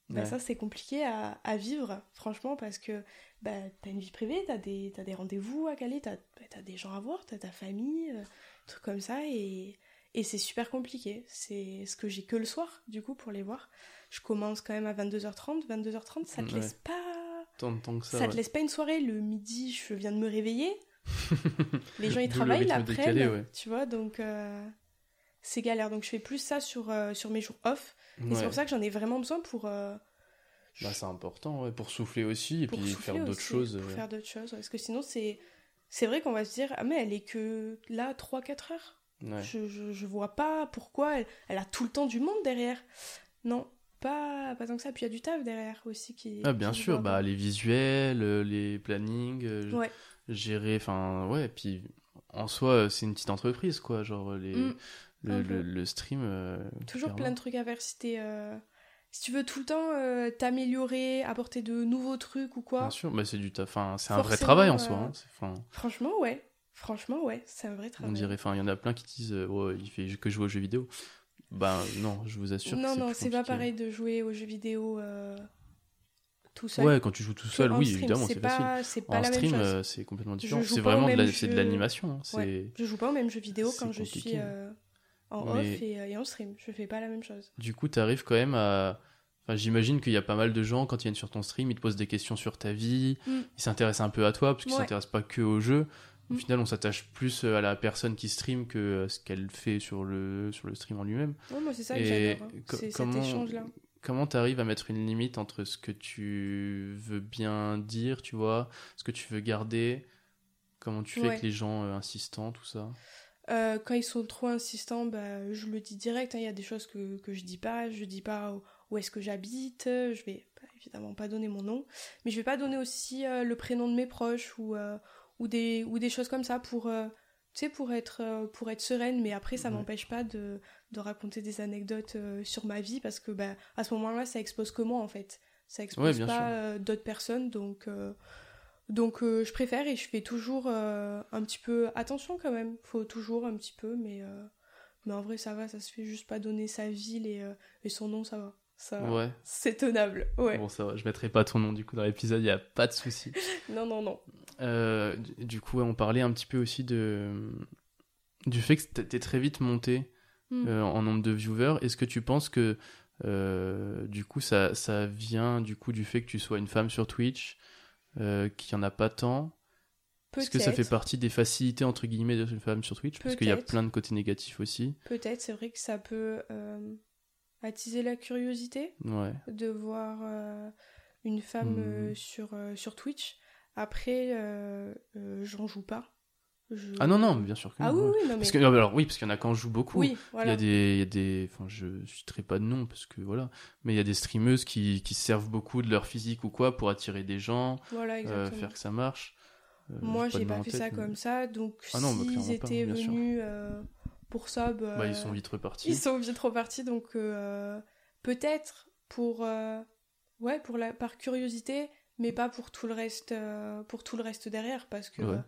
bah,
Ouais.
ça c'est compliqué à, à vivre, franchement, parce que bah, t'as une vie privée, t'as des, t'as des rendez-vous à caler, t'as bah, t'as des gens à voir, t'as ta famille, euh, trucs comme ça. Et, et c'est super compliqué. C'est ce que j'ai que le soir, du coup, pour les voir. Je commence quand même à 22h30. 22h30, ça te
Ouais.
laisse pas
Tant, tant que ça.
ça, te
ouais.
laisse pas une soirée le midi, je viens de me réveiller. Les gens
D'où le
ils travaillent
rythme
l'après,
décalé, ouais.
tu vois, donc euh, c'est galère. Donc je fais plus ça sur, euh, sur mes jours off. Et c'est
Ouais.
pour ça que j'en ai vraiment besoin pour, euh,
Bah, c'est important, ouais, pour souffler aussi et
pour
puis
souffler
faire d'autres
aussi,
choses.
Pour
ouais.
faire d'autres choses, ouais. parce que sinon c'est c'est vrai qu'on va se dire ah mais elle est que là 3-4 heures.
Ouais.
Je, je, je vois pas pourquoi elle, elle a tout le temps du monde derrière. Non, pas pas tant que ça. Puis il y a du taf derrière aussi qui.
Ah, bien
qui se
sûr,
voit
bah,
pas.
les visuels, euh, les plannings, euh,
Ouais.
gérer, enfin, ouais, puis en soi, euh, c'est une petite entreprise, quoi, genre les,
Mm,
le,
un
le-
peu.
le stream. euh,
Toujours plein
clairement.
de trucs à faire si t'es, euh, Si tu veux tout le temps euh, t'améliorer, apporter de nouveaux trucs ou quoi.
Bien sûr, bah, c'est du taf, enfin, c'est un vrai
Forcément,
travail en
euh,
soi. hein, c'est- enfin,
Franchement, ouais. Franchement, ouais. C'est un vrai travail.
on dirait, enfin, il y en a plein qui disent, euh, ouais, il fait que jouer aux jeux vidéo. Bah non, je vous assure. que
non, non,
plus
c'est pas
compliqué.
pareil de jouer aux jeux vidéo euh, tout seul.
Ouais, quand tu joues tout seul,
en
oui,
stream,
évidemment, c'est
pas-
facile.
C'est pas
En
la
stream,
même chose.
euh, c'est complètement différent.
Je joue
C'est
pas au
vraiment de la-
même
c'est de
jeu.
l'animation. hein,
Ouais.
c'est-
Je joue pas au même jeu vidéo
c'est
quand je suis
compliqué.
euh, en
Mais-
off et, euh, et en stream. Je fais pas la même chose.
Du coup, tu arrives quand même à. Enfin, J'imagine qu'il y a pas mal de gens, quand ils viennent sur ton stream, ils te posent des questions sur ta vie,
Mm.
ils s'intéressent un peu à toi, parce qu'ils
Ouais.
s'intéressent pas que au jeu. Au
Mm.
final, on s'attache plus euh, à la personne qui stream que à ce qu'elle fait sur le, sur le stream en lui-même.
Ouais, moi, c'est ça que
Et
j'adore. hein.
co-
C'est cet
comment-
échange-là.
Comment tu arrives à mettre une limite entre ce que tu veux bien dire, tu vois, ce que tu veux garder Comment tu fais
Ouais.
avec les gens euh, insistants, tout ça
Euh, quand ils sont trop insistants, bah, je le dis direct. hein. Il y a des choses que, que je dis pas. Je dis pas où, où est-ce que j'habite. euh, Je vais bah, évidemment pas donner mon nom. Mais je vais pas donner aussi euh, le prénom de mes proches ou, euh, ou, des, ou des choses comme ça pour, euh, tu sais, pour, être, euh, pour être sereine. Mais après, ça
Ouais.
m'empêche pas de, de raconter des anecdotes euh, sur ma vie parce que bah, à ce moment-là, ça expose que moi en fait. Ça expose
bien
pas
sûr.
euh, d'autres personnes. Donc. euh, donc euh, je préfère et je fais toujours euh, un petit peu attention quand même. Faut toujours un petit peu, mais, euh, mais en vrai ça va, ça se fait juste pas donner sa ville et, euh, et son nom, ça va. Ça,
Ouais.
C'est tenable, Euh, ouais.
Bon, ça va, je mettrai pas ton nom du coup dans l'épisode, il n'y a pas de souci.
Non, non, non.
Euh, du- du coup, ouais, on parlait un petit peu aussi de du fait que t'es- t'es très vite monté
Hmm.
euh, en nombre de viewers. Est-ce que tu penses que euh, du coup ça, ça vient du coup du fait que tu sois une femme sur Twitch, euh, qu'il n'y en a pas tant Est-ce
Peut-être,
que ça fait partie des facilités entre guillemets d'être une femme sur Twitch Parce qu'il y a
Peut-être.
plein de côtés négatifs aussi.
peut-être, c'est vrai que ça peut euh, attiser la curiosité
Ouais.
de voir euh, une femme
Hmm.
euh, sur, euh, sur Twitch. Après, euh, euh, j'en joue pas. Je-
Ah non non, mais bien sûr que
Ah
non.
oui,
ouais.
oui, non, mais...
Parce que non, mais alors oui, parce qu'il y en a quand je joue beaucoup.
Oui,
Il y
voilà.
a des, il y a des, enfin, je ne citerai pas de nom parce que voilà, mais il y a des streameuses qui, qui se servent beaucoup de leur physique ou quoi pour attirer des gens,
Voilà,
euh,
exactement.
faire que ça marche. Euh,
Moi,
de
j'ai
nom
pas
en
fait
tête,
ça
mais-
comme ça, donc
Ah non, bah,
s'ils
clairement pas,
étaient
bien sûr.
venus euh, pour ça, bah,
Bah, ils sont vite repartis.
ils sont vite repartis, donc euh, peut-être pour, euh, ouais, pour la, par curiosité, mais pas pour tout le reste, euh, pour tout le reste derrière, parce que,
Ouais.
euh,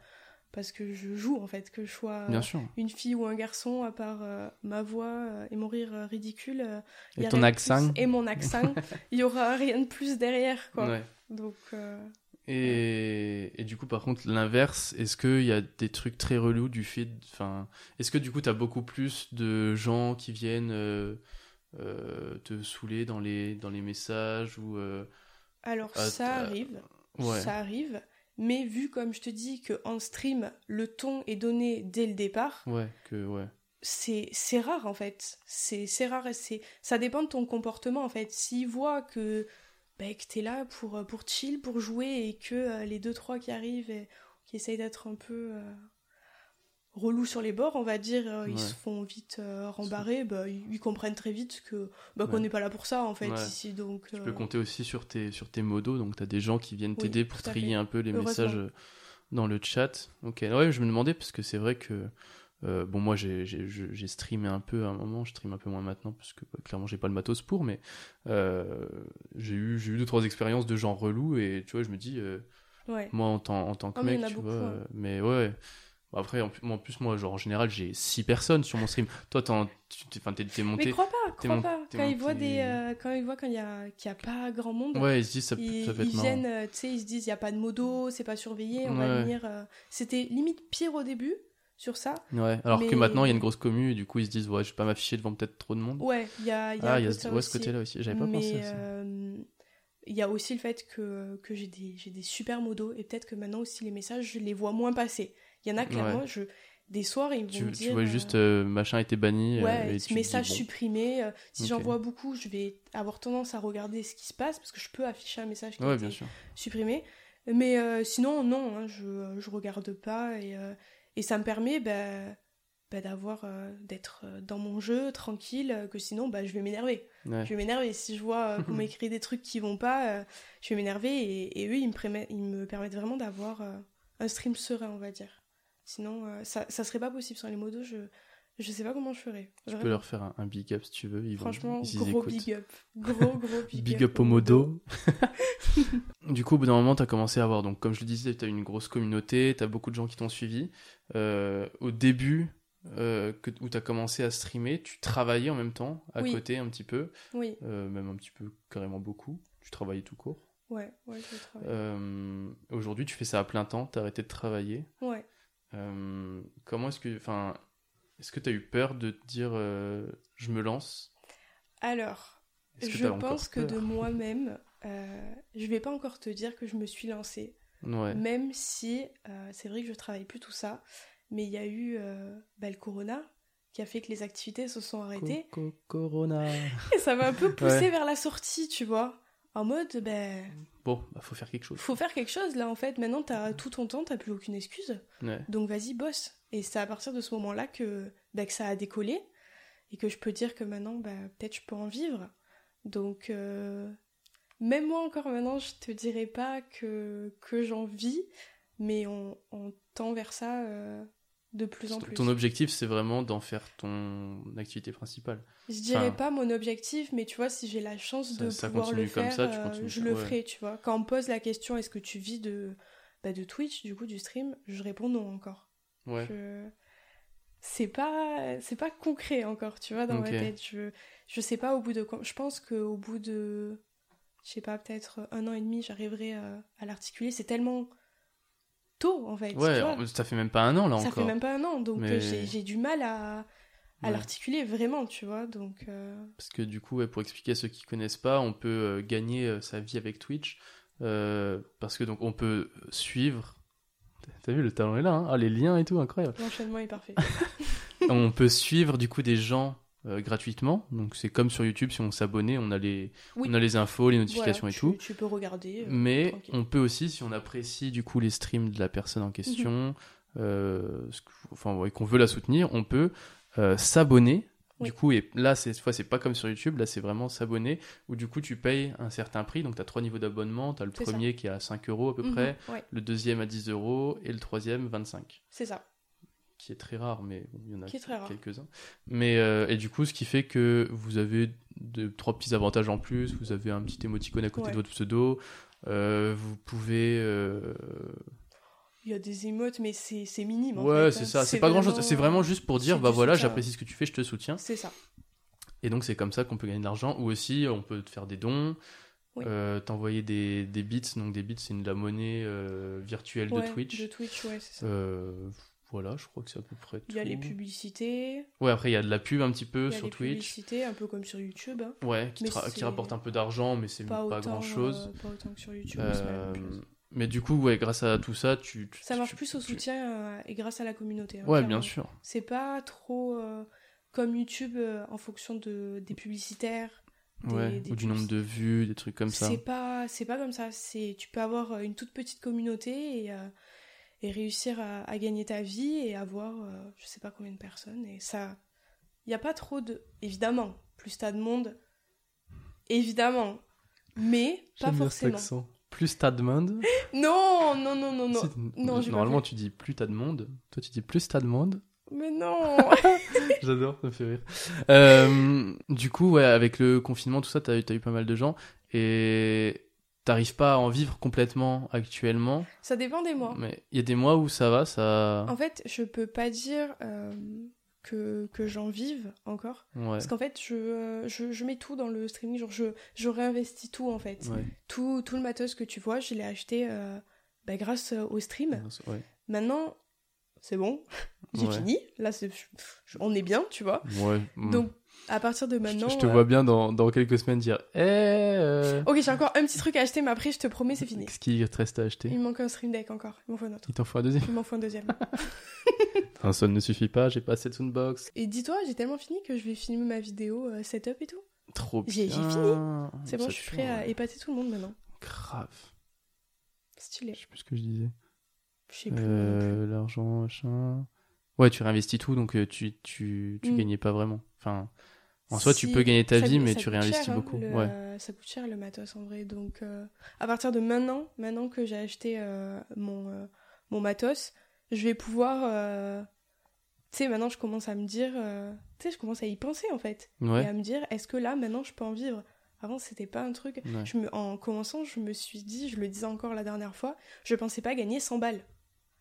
parce que je joue en fait, que je sois
Bien
euh,
sûr.
une fille ou un garçon, à part euh, ma voix euh, et mon rire euh, ridicule, euh, il y
Et
a
ton
rien de
accent.
plus- et mon accent, il y aura rien de plus derrière, quoi.
Ouais.
Donc euh,
Et, et du coup, par contre, l'inverse, est-ce qu'il y a des trucs très relous du fait. de- Enfin, est-ce que du coup, t'as beaucoup plus de gens qui viennent euh, euh, te saouler dans les, dans les messages ou. euh,
alors
Ah,
ça
t'as-
arrive.
Ouais.
ça arrive. Mais vu comme je te dis que en stream le ton est donné dès le départ,
Ouais, que, ouais.
c'est c'est rare en fait. C'est c'est rare et c'est ça dépend de ton comportement en fait. S'ils voient que bah, que t'es là pour euh, pour chill, pour jouer et que euh, les deux trois qui arrivent et qui essayent d'être un peu euh, relous sur les bords, on va dire, euh,
Ouais.
ils se font vite euh, rembarrer. Bah, ils, ils comprennent très vite que bah, qu'on
Ouais.
n'est pas là pour ça en fait
Ouais.
ici donc.
Tu
euh,
peux compter aussi sur tes, sur tes modos, donc tu as des gens qui viennent
Oui,
t'aider pour
tout à
trier
fait.
un peu les
Heureusement.
messages euh, dans le chat. Ok, ouais, je me demandais, parce que c'est vrai que. euh, bon, moi j'ai- j'ai je- j'ai streamé un peu à un moment, je stream un peu moins maintenant, parce que bah, clairement j'ai pas le matos pour, mais euh, j'ai eu, j'ai eu deux, trois expériences de gens relous, et tu vois, je me dis, euh,
ouais.
moi en tant, en tant que
Ah, mais il
mec,
y en a
tu
beaucoup,
vois,
hein.
euh, mais ouais. Bon, Après, en, plus- moi, en plus, moi, genre, en général, j'ai six personnes sur mon stream. Toi, t'en- tu- t'es 'fin, t'es- t'es
Mais
monté.
crois pas,
t'es
crois
mon-
pas.
t'es
Quand
mon
ils voient
petit-
des, euh, quand ils voient quand il y a, qu'il y a pas grand monde,
Ouais, ils se disent, ça, peut-
ils,
ça peut être
ils
marrant.
viennent, euh, tu sais, ils se disent, il y a pas de modo, c'est pas surveillé, on
Ouais.
va venir. euh, C'était limite pire au début sur ça.
Ouais, alors que
Mais-
maintenant il y a une grosse commu et du coup ils se disent ouais, je vais pas m'afficher devant peut-être trop de monde.
Ouais, il y a, il y a
ah,
un
il y a
peu de
ce,
ça
ouais, ce
aussi.
côté-là aussi, j'avais pas
Mais,
pensé à ça.
euh, Il y a aussi le fait que, que j'ai des, j'ai des super modos et peut-être que maintenant aussi les messages, je les vois moins passer. Il y en a clairement, je, des soirs, ils vont
Tu,
me
tu
dire.
vois
euh,
juste euh, machin était banni euh,
Ouais,
et
ce
tu te
message
dis, bon,
supprimé. euh, si j'en
Ok.
vois beaucoup, je vais avoir tendance à regarder ce qui se passe parce que je peux afficher un message qui a
Ouais,
été
bien sûr.
supprimé. Mais euh, sinon, non, hein, je, euh, je regarde pas et, euh, et ça me permet bah, bah, d'avoir euh, d'être euh, dans mon jeu tranquille. euh, Que sinon, bah, je vais m'énerver.
Ouais.
Je vais m'énerver si je vois euh, qu'on m'écrit des trucs qui vont pas. euh, je vais m'énerver et, et eux, ils me, prémet- ils me permettent vraiment d'avoir euh, un stream serein, on va dire. Sinon, euh, ça, ça serait pas possible sans les modos. Je, je sais pas comment je ferais.
Tu peux
Vraiment.
leur faire un, un big up si tu veux. Ils vont-
Franchement,
ils- ils
gros
écoutent.
big up. Gros, gros big,
Big up au modo. du coup, au bout d'un moment, t'as commencé à avoir, donc comme je le disais, t'as eu une grosse communauté, t'as beaucoup de gens qui t'ont suivi. Euh, au début, euh, que, où t'as commencé à streamer, tu travaillais en même temps, à
Oui.
côté un petit peu,
Oui,
euh, même un petit peu, carrément beaucoup. Tu travaillais tout court.
Ouais, ouais, je travaille.
Euh, Aujourd'hui, tu fais ça à plein temps, t'as arrêté de travailler.
Ouais.
Euh, comment est-ce que. Enfin, est-ce que t'as eu peur de te dire euh, je me lance
Alors,
Est-ce que
je
t'as encore
pense que de
peur
moi-même, euh, je vais pas encore te dire que je me suis lancée.
Ouais,
Même si, euh, c'est vrai que je travaille plus tout ça, mais il y a eu euh, bah, le corona qui a fait que les activités se sont arrêtées.
Co- co- Corona.
Et ça m'a un peu poussé
Ouais.
vers la sortie, tu vois. En mode, ben,
Bon, bah, faut faire quelque chose.
faut faire quelque chose là en fait. Maintenant, t'as tout ton temps, t'as plus aucune excuse.
Ouais.
Donc vas-y, bosse. Et c'est à partir de ce moment-là que, bah, que ça a décollé et que je peux dire que maintenant, bah, peut-être je peux en vivre. Donc, euh, même moi encore maintenant, je te dirais pas que, que j'en vis, mais on, on tend vers ça euh, de plus en
Ton-
plus.
Ton objectif, c'est vraiment d'en faire ton activité principale.
Je dirais
enfin,
pas mon objectif, mais tu vois, si j'ai la chance
ça-
de
ça
pouvoir le
continue comme
faire,
ça, tu
euh,
continues
je
ça,
le
ouais.
ferai, tu vois. Quand on me pose la question, est-ce que tu vis de, bah, de Twitch, du coup, du stream, je réponds non encore.
Ouais.
Je- C'est pas c'est pas concret encore, tu vois, dans
Ok.
ma tête. Je je sais pas au bout de quand- je pense que au bout de je sais pas peut-être un an et demi, j'arriverai à, à l'articuler. C'est tellement tôt en fait. tu
Ouais,
vois.
on- ça fait même pas un an là
ça
encore.
fait même pas un an, donc
Mais-
euh, j'ai j'ai du mal à, à
Ouais.
l'articuler vraiment, tu vois. Donc euh,
Parce que du coup, ouais, pour expliquer à ceux qui connaissent pas, on peut euh, gagner euh, sa vie avec Twitch. euh, parce que donc on peut suivre. T'as vu, le talent est là, hein Ah, les liens et tout, incroyable.
l'enchaînement est parfait.
on peut suivre du coup des gens euh, gratuitement. Donc c'est comme sur YouTube, si on s'abonnait, on, a les-
Oui.
on a les infos, les notifications
Voilà,
et
tu-
tout.
Tu peux regarder. euh,
Mais
tranquille.
on peut aussi, si on apprécie du coup les streams de la personne en
Mhm.
question, euh, ce que- enfin, ouais, qu'on veut la soutenir, on peut euh, s'abonner.
Oui.
Du coup, et là, cette fois, c'est pas comme sur YouTube, là, c'est vraiment s'abonner, où du coup, tu payes un certain prix. Donc, tu as trois niveaux d'abonnement. Tu as le
C'est ça.
premier qui est à 5 euros à peu près,
Mhm, ouais,
le deuxième à 10 euros et le troisième 25,
c'est ça.
qui est très rare, mais bon, il y en a
Qui est très rare.
quelques-uns. Mais, euh, et du coup, ce qui fait que vous avez deux, trois petits avantages en plus. Vous avez un petit émoticône à côté
Ouais.
de votre pseudo. Euh, vous pouvez. euh,
Il y a des émotes, mais c'est c'est minime. en
Ouais,
fait,
c'est
hein.
ça. C'est pas grand chose. C'est vraiment juste pour dire
c'est
bah
du
voilà,
soutien.
j'apprécie ce que tu fais, je te soutiens.
C'est ça.
Et donc, c'est comme ça qu'on peut gagner de l'argent. Ou aussi, on peut te faire des dons,
Oui.
euh, t'envoyer des, des bits. Donc, des bits, c'est une- de la monnaie euh, virtuelle
Ouais,
de Twitch.
De Twitch, ouais, c'est ça.
Euh, voilà, je crois que c'est à peu près tout.
Il y a les publicités.
Ouais, après, il y a de la pub un petit peu
Il y a
sur
les
Twitch.
publicités, un peu comme sur YouTube. hein.
Ouais, qui,
Mais
tra-
c'est
qui rapporte un peu d'argent, mais c'est
Pas,
pas, Euh,
autant,
grand chose.
euh, pas autant que sur YouTube. c'est pas la même chose.
mais du coup, ouais, grâce à tout ça, tu. tu-
Ça
tu-
marche
tu-
plus au
tu-
soutien euh, et grâce à la communauté. hein,
Ouais,
clairement.
bien sûr.
C'est pas trop euh, comme YouTube euh, en fonction de, des publicitaires. Des-
Ouais,
des
ou du nombre de vues, des trucs comme ça.
C'est pas, c'est pas comme ça. C'est, tu peux avoir euh, une toute petite communauté et, euh, et réussir à, à gagner ta vie et avoir euh, je sais pas combien de personnes. Et ça, il n'y a pas trop de. Évidemment, plus t'as de monde, évidemment. Mais pas
J'aime bien cet
forcément.
accent. Plus t'as de monde.
Non, non, non, non, non.
Si,
non, j'ai pas
normalement, tu dis plus t'as de monde. Toi, tu dis plus t'as de monde.
Mais non
J'adore, ça me fait rire. Euh, du coup, ouais, avec le confinement, tout ça, t'as eu, t'as eu pas mal de gens. Et t'arrives pas à en vivre complètement actuellement.
Ça dépend des mois.
Mais il y a des mois où ça va, ça.
Oh. En fait, je peux pas dire euh, que, que j'en vive encore.
Ouais.
Parce qu'en fait, je, euh, je, je mets tout dans le streaming. Genre, je, je réinvestis tout en fait.
Ouais.
tout, tout le matos que tu vois, je l'ai acheté euh, bah, grâce euh, au stream.
Ouais.
Maintenant, c'est bon, j'ai
Ouais.
fini. Là, c'est- je- je- on est bien, tu vois.
Ouais, mm.
Donc, à partir de maintenant.
je, te- je te
euh,
vois bien dans, dans quelques semaines dire Eh, euh,
Ok, j'ai encore un petit truc à acheter, mais après, je te promets, c'est fini.
Qu'est-ce qui te reste à acheter
Il me manque un stream deck encore. Il m'en faut un autre.
Il t'en faut un deuxième.
Il m'en faut un deuxième.
Un seul ne suffit pas, j'ai pas assez de soundbox.
et dis-toi, j'ai tellement fini que je vais filmer ma vidéo euh, setup et tout.
Trop bien.
J'ai- j'ai fini. C'est bon,
Ça
je suis
tue,
prêt à
ouais.
épater tout le monde maintenant.
Grave.
Stylé.
Je sais plus ce que je disais.
Je sais plus.
Euh, L'argent, machin. Ouais, tu réinvestis tout, donc euh, tu, tu, tu
Mm.
gagnais pas vraiment. Enfin, en soi, tu
Si,
peux gagner ta
ça
vie,
coûte-
mais
ça
tu
coûte
réinvestis
cher, hein,
beaucoup.
le-
Ouais.
Ça coûte cher le matos en vrai. Donc euh, à partir de maintenant, maintenant que j'ai acheté euh, mon, euh, mon matos, je vais pouvoir. euh, tu sais, maintenant je commence à me dire. euh, tu sais, je commence à y penser en fait. Et
Ouais.
à me dire, est-ce que là maintenant je peux en vivre Avant c'était pas un truc.
Ouais.
Je me, en commençant, je me suis dit, je le disais encore la dernière fois, je pensais pas gagner 100 balles.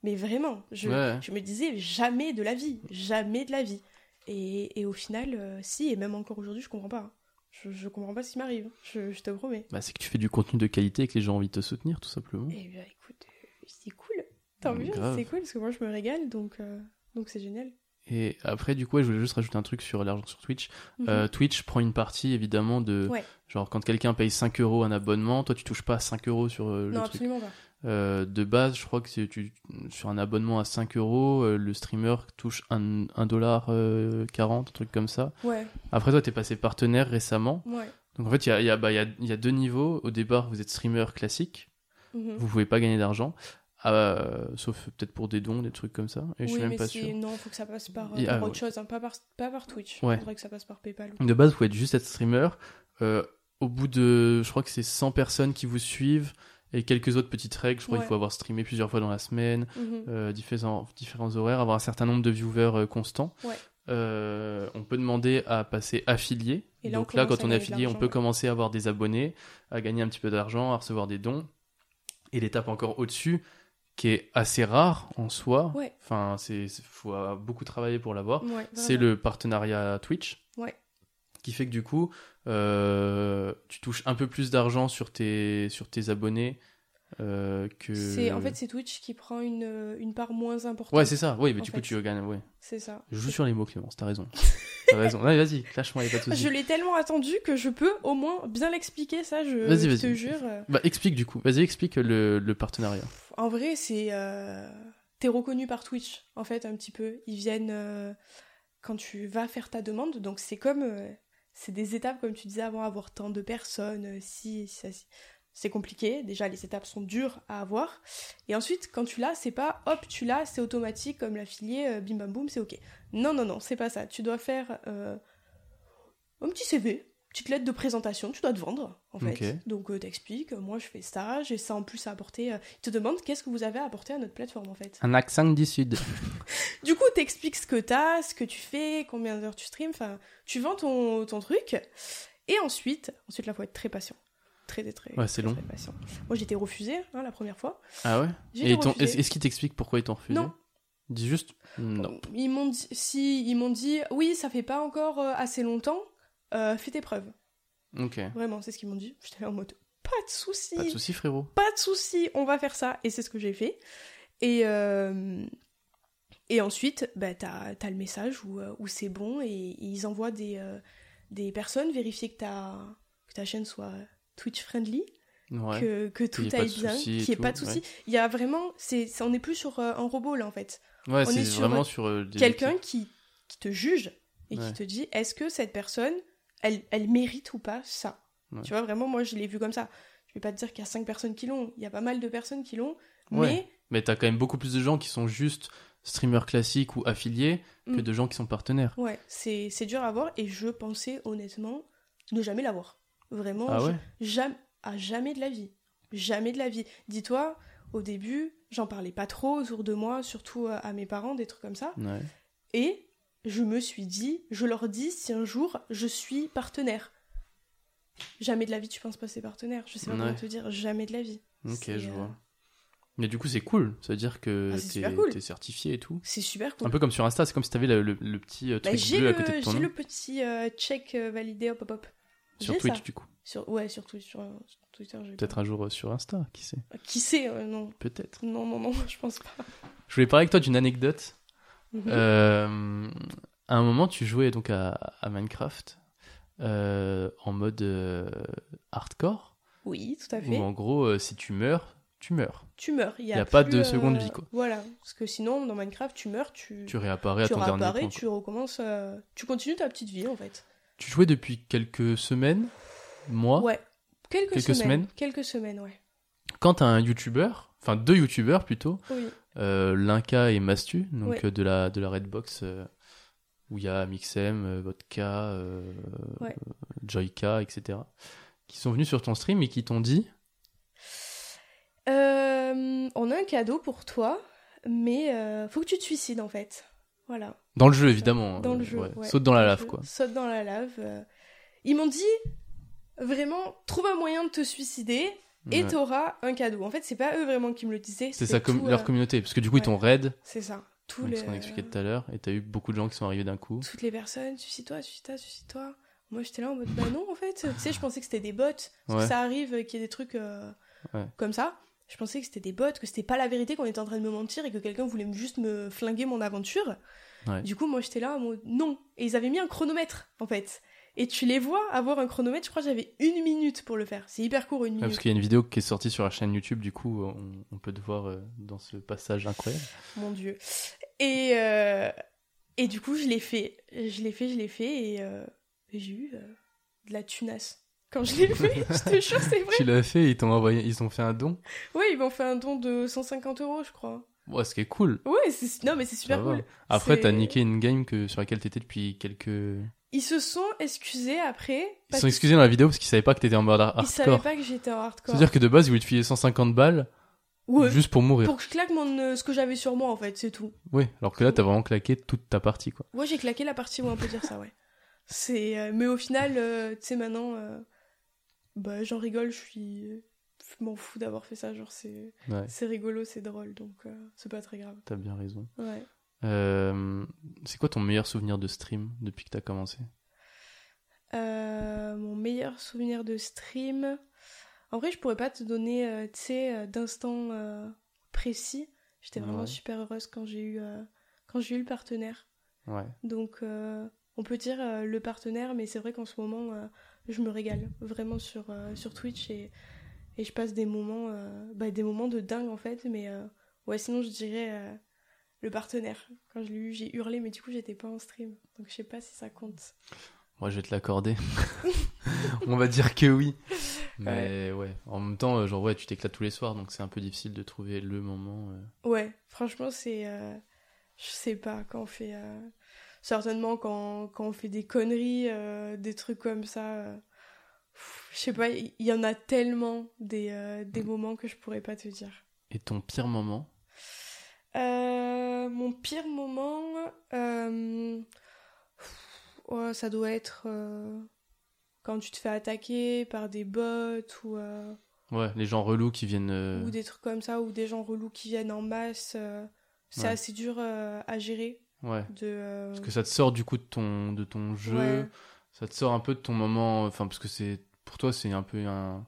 Mais vraiment, je,
Ouais.
je me disais jamais de la vie, jamais de la vie. Et, et au final, euh, si, et même encore aujourd'hui, je comprends pas. Je, je comprends pas ce qui m'arrive, je, je te promets.
Bah, c'est que tu fais du contenu de qualité et que les gens ont envie de te soutenir, tout simplement.
Eh bien, écoute, euh, c'est cool. Tant
Mm,
mieux,
Mmh. grave.
c'est cool parce que moi je me régale donc euh, donc c'est génial.
Et après, du coup, ouais, je voulais juste rajouter un truc sur l'argent sur Twitch.
Mmh.
Euh, Twitch prend une partie, évidemment, de.
Mhm. Ouais.
Genre, quand quelqu'un paye 5 euros un abonnement, toi, tu touches pas 5 euros sur euh, le
non,
truc.
absolument pas.
Euh, de base, je crois que c'est- tu, sur un abonnement à 5 euros, euh, le streamer touche 1 dollar euh, 40, un truc comme ça.
Ouais,
Après, toi, t'es passé partenaire récemment.
ouais.
Donc, en fait, il y a, il y a- bah, il y a- il y a deux niveaux. Au départ, vous êtes streamer classique.
mhm.
Vous pouvez pas gagner d'argent. euh, sauf peut-être pour des dons, des trucs comme ça. Et je suis
oui,
même
mais
pas
c'est-
sûr.
non, faut que ça passe par, euh,
Et-
par
ah,
autre
ouais.
chose, hein, pas, par, pas par Twitch.
Ouais.
faudrait que ça passe par PayPal.
De base, vous pouvez juste être streamer. Euh, au bout de, je crois que c'est 100 personnes qui vous suivent et quelques autres petites règles. Je crois
Ouais.
qu'il faut avoir streamé plusieurs fois dans la semaine,
Mhm.
euh, différents, différents horaires, avoir un certain nombre de viewers euh, constants.
Ouais.
Euh, on peut demander à passer affilié.
Et là, on
Donc là,
commence
quand
à
on est
gagner de
affilié, on
l'argent,
peut
ouais.
commencer à avoir des abonnés, à gagner un petit peu d'argent, à recevoir des dons. Et l'étape encore au-dessus, qui est assez rare en soi.
Ouais.
Enfin, c'est c'est- faut euh, beaucoup travailler pour l'avoir
Ouais,
c'est
vraiment.
le partenariat Twitch.
Ouais.
Qui fait que du coup, euh, tu touches un peu plus d'argent sur tes, sur tes abonnés euh, que.
C'est- En fait, c'est Twitch qui prend une, euh, une part moins importante.
Ouais, c'est ça. Oui, mais
en
du
fait.
coup, tu gagnes. Ouais.
C'est ça.
Je joue sur les mots, Clémence, t'as raison. t'as raison. Allez, vas-y, clash-moi, y'a pas de soucis.
Je l'ai tellement attendu que je peux au moins bien l'expliquer, ça, je,
Vas-y,
je
vas-y.
te jure. euh,
Bah, explique du coup. Vas-y, explique le, le partenariat.
pff, En vrai, c'est. euh, T'es reconnu par Twitch, en fait, un petit peu. Ils viennent euh, quand tu vas faire ta demande, donc c'est comme. euh, C'est des étapes, comme tu disais avant, avoir tant de personnes, euh, si, si, ça, si. C'est compliqué, déjà les étapes sont dures à avoir. Et ensuite, quand tu l'as, c'est pas hop, tu l'as, c'est automatique comme l'affilié, euh, bim bam boum, c'est ok. Non, non, non, c'est pas ça. Tu dois faire euh, un petit CV, petite lettre de présentation, tu dois te vendre, en fait.
Ok.
Donc euh, t'expliques, euh, moi je fais ça, j'ai ça en plus à apporter. euh, ils te demandent qu'est-ce que vous avez à apporter à notre plateforme, en fait.
Un accent du sud.
Du coup, t'expliques ce que t'as, ce que tu fais, combien d'heures tu streams, enfin, tu vends ton, ton truc. Et ensuite, ensuite là, faut être très patient. Très, très, très,
Ouais, c'est
très,
long.
très patient. Moi, j'étais refusée hein, la première fois.
Ah ouais
J'ai
Et
été
ils t'ont- Est-ce
refusée.
est-ce qu'ils t'expliquent pourquoi ils t'ont refusé
Non.
Ils disent juste. Non.
Ils m'ont dit, si, ils m'ont dit, oui, ça fait pas encore euh, assez longtemps, euh, fais tes preuves.
Ok.
Vraiment, c'est ce qu'ils m'ont dit. J'étais là en mode, pas de soucis,
Pas de soucis, frérot.
pas de soucis, on va faire ça. Et c'est ce que j'ai fait. Et, euh, et ensuite, bah, t'as as le message où, euh, où c'est bon et ils envoient des, euh, des personnes vérifier que, ta- que ta chaîne soit Twitch friendly,
Ouais.
que, que tout
y ait pas
aille
de
bien,
soucis et
qu'il n'y ait
tout,
pas de soucis. Il y a vraiment, c'est c'est- on n'est plus sur euh, un robot là en fait.
Ouais,
on est
c'est
sur
vraiment
un-
sur. euh, des-
Quelqu'un qui, qui te juge et
Ouais.
qui te dit est-ce que cette personne, elle, elle mérite ou pas ça
Ouais.
Tu vois, vraiment, moi je l'ai vu comme ça. Je vais pas te dire qu'il y a 5 personnes qui l'ont, il y a pas mal de personnes qui l'ont,
Ouais.
mais
Mais t'as quand même beaucoup plus de gens qui sont juste streamers classiques ou affiliés que
Mm.
de gens qui sont partenaires.
Ouais, c'est c'est dur à voir et je pensais honnêtement ne jamais l'avoir. Vraiment,
Ah ouais
Oh, je- jam- à jamais de la vie. Jamais de la vie. Dis-toi, au début, j'en parlais pas trop autour de moi, surtout euh, à mes parents, des trucs comme ça.
Ouais.
Et je me suis dit, je leur dis si un jour je suis partenaire. Jamais de la vie, tu penses passer partenaire. Je sais pas comment
Ouais.
te dire, jamais de la vie.
Ok,
C'est,
je
euh,
vois. Mais du coup, c'est cool. Ça veut dire que
Ah, c'est
t'es
super cool.
t'es certifié et tout.
C'est super cool.
Un peu comme sur Insta, c'est comme si t'avais le, le, le petit euh,
Bah,
truc
j'ai
bleu à
le,
côté de ton
j'ai
nom.
le petit euh, check euh, validé, hop hop hop.
Sur
j'ai
Twitch,
ça.
du coup.
Sur, ouais, sur Twitter. Sur, sur Twitter j'ai pas-
Peut-être un jour euh, sur Insta, qui sait
Qui sait euh, Non,
Peut-être.
non, non, non, je pense pas.
Je voulais parler avec toi d'une anecdote.
Mhm.
Euh, à un moment, tu jouais donc à, à Minecraft euh, en mode euh, hardcore,
oui, tout à
où
fait.
en gros, euh, si tu meurs, tu meurs.
Tu meurs. Il n'y
y a pas
plus, euh,
de seconde vie, quoi.
Voilà, parce que sinon, dans Minecraft, tu meurs, tu,
Tu réapparais à
tu
ton dernier point.
réapparais,
quoi.
tu recommences, euh, tu continues ta petite vie en fait.
Tu jouais depuis quelques semaines, mois.
ouais. Quelques,
Hein Quelques
semaines.
semaines
Quelques semaines, ouais.
Quand un youtubeur, enfin deux youtubeurs plutôt,
Oui.
euh, Linka et Mastu, donc
Ouais.
euh, de, la, de la Redbox, euh, où il y a Mixem, euh, Vodka, euh,
Ouais.
Joyka, etc., qui sont venus sur ton stream et qui t'ont dit
Euh, on a un cadeau pour toi, mais euh, faut que tu te suicides en fait. Voilà.
dans le jeu évidemment,
Dans
euh,
le jeu.
ouais,
ouais,
saute dans la
le
lave
jeu,
quoi.
Saute dans la lave. euh. Ils m'ont dit vraiment trouve un moyen de te suicider et
Ouais.
t'auras un cadeau. En fait, c'est pas eux vraiment qui me le disaient.
C'est ça comme
tout,
leur
euh,
communauté, parce que du coup
ouais.
ils t'ont raid,
C'est ça. Tout
donc,
le- euh,
ce qu'on expliquait tout à l'heure, et t'as eu beaucoup de gens qui sont arrivés d'un coup.
Toutes les personnes, suicide-toi, suicide-toi, suicide-toi. Moi, j'étais là en mode, bah non, en fait. Tu sais, je pensais que c'était des bots. Parce
Ouais.
que ça arrive euh, qu'il y ait des trucs euh,
Ouais.
comme ça. Je pensais que c'était des bots, que c'était pas la vérité, qu'on était en train de me mentir et que quelqu'un voulait me- juste me flinguer mon aventure.
Ouais.
Du coup, moi, j'étais là en mode, non. Et ils avaient mis un chronomètre, en fait. Et tu les vois avoir un chronomètre, je crois que j'avais une minute pour le faire. C'est hyper court, une
Ouais, parce
minute.
qu'il y a une vidéo qui est sortie sur la chaîne YouTube, du coup, on, on peut te voir euh, dans ce passage incroyable.
Mon Dieu. Et, euh, et du coup, je l'ai fait. Je l'ai fait, je l'ai fait. Et euh, j'ai eu euh, de la tunasse. Quand je l'ai fait, je te jure, c'est vrai.
Tu l'as fait, ils t'ont envoyé, ils ont fait un don.
Ouais, ils m'ont fait un don de 150 euros, je crois.
Ouais, ce qui est cool.
Ouais, c'est... non, mais c'est
Ça
super
va.
cool.
Après,
C'est-
t'as niqué une game que, sur laquelle t'étais depuis quelques. Ils
Ils se sont excusés après. parce
sont excusés dans la vidéo parce qu'ils savaient pas que t'étais en mode har-
Ils savaient
hardcore.
pas que j'étais en hardcore.
C'est-à-dire que de base, ils voulaient te filer 150 balles
Ouais,
juste pour mourir.
pour que je claque mon, euh, ce que j'avais sur moi, en fait, c'est tout.
Oui, alors que là, t'as vraiment claqué toute ta partie, quoi.
Ouais, j'ai claqué la partie où on peut dire ça, ouais. C'est, euh, mais au final, euh, tu sais, maintenant, euh, bah, j'en rigole, je suis. Je m'en fous d'avoir fait ça, genre, c'est,
Ouais,
c'est rigolo, c'est drôle, donc euh, c'est pas très grave.
t'as bien raison.
Ouais.
Euh, c'est quoi ton meilleur souvenir de stream depuis que t'as commencé
Euh, mon meilleur souvenir de stream. En vrai, je pourrais pas te donner, euh, tu sais, euh, d'instant euh, précis. J'étais vraiment
Ouais.
super heureuse quand j'ai eu, euh, quand j'ai eu le partenaire.
Ouais.
Donc, euh, on peut dire euh, le partenaire, mais c'est vrai qu'en ce moment, euh, je me régale vraiment sur, euh, sur Twitch et, et je passe des moments, euh, bah, des moments de dingue en fait. Mais euh, ouais, sinon, je dirais euh, le partenaire. Quand je l'ai eu, j'ai hurlé, mais du coup, j'étais pas en stream. Donc, je sais pas si ça compte.
Moi, je vais te l'accorder. On va dire que oui. Mais ouais. En même temps, euh, genre, ouais, tu t'éclates tous les soirs, donc c'est un peu difficile de trouver le moment. euh.
Ouais, franchement, c'est. euh, je sais pas, quand on fait. euh, certainement, quand, quand on fait des conneries, euh, des trucs comme ça. euh, pff, je sais pas, il y, y en a tellement des, euh, des moments que je pourrais pas te dire.
Et ton pire moment
Euh, mon pire moment. euh, pff, ouais, ça doit être. euh, quand tu te fais attaquer par des bots ou. euh,
Ouais, les gens relous qui viennent. euh,
Ou des trucs comme ça, ou des gens relous qui viennent en masse. euh, c'est
Ouais.
assez dur euh, à gérer.
Ouais.
De, euh,
Parce que ça te sort du coup de ton, de ton jeu.
Ouais.
Ça te sort un peu de ton moment. Enfin, parce que c'est pour toi, c'est un peu un,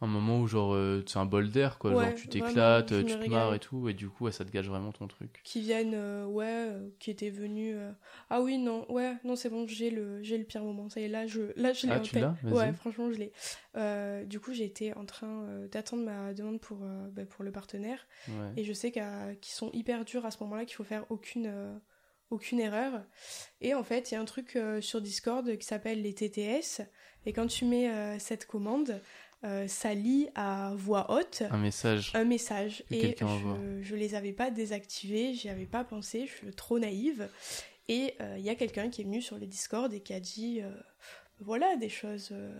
un moment où, genre, euh, c'est un bol d'air, quoi.
Ouais,
genre, tu t'éclates,
vraiment, je
euh,
me
tu te
régale.
marres et tout. Et du coup, ouais, ça te gâche vraiment ton truc.
qui viennent, euh, ouais, euh, qui étaient venus. euh, Ah oui, non, ouais, non, c'est bon, j'ai le, j'ai le pire moment. Ça y est, là, je, là, je l'ai
Ah,
en
tu
tête.
l'as Vas-y.
Ouais, franchement, je l'ai. Euh, du coup, j'étais en train euh, d'attendre ma demande pour, euh, bah, pour le partenaire.
Ouais.
Et je sais qu'à- qu'ils sont hyper durs à ce moment-là, qu'il faut faire aucune, euh, aucune erreur. Et en fait, il y a un truc euh, sur Discord qui s'appelle les TTS. Et quand tu mets euh, cette commande, euh, ça lit à voix haute
Un message.
un message
Que
et
quelqu'un envoie.
je, je les avais pas désactivés, j'y avais pas pensé, je suis trop naïve. Et euh, il y a quelqu'un qui est venu sur le Discord et qui a dit euh, voilà des choses euh,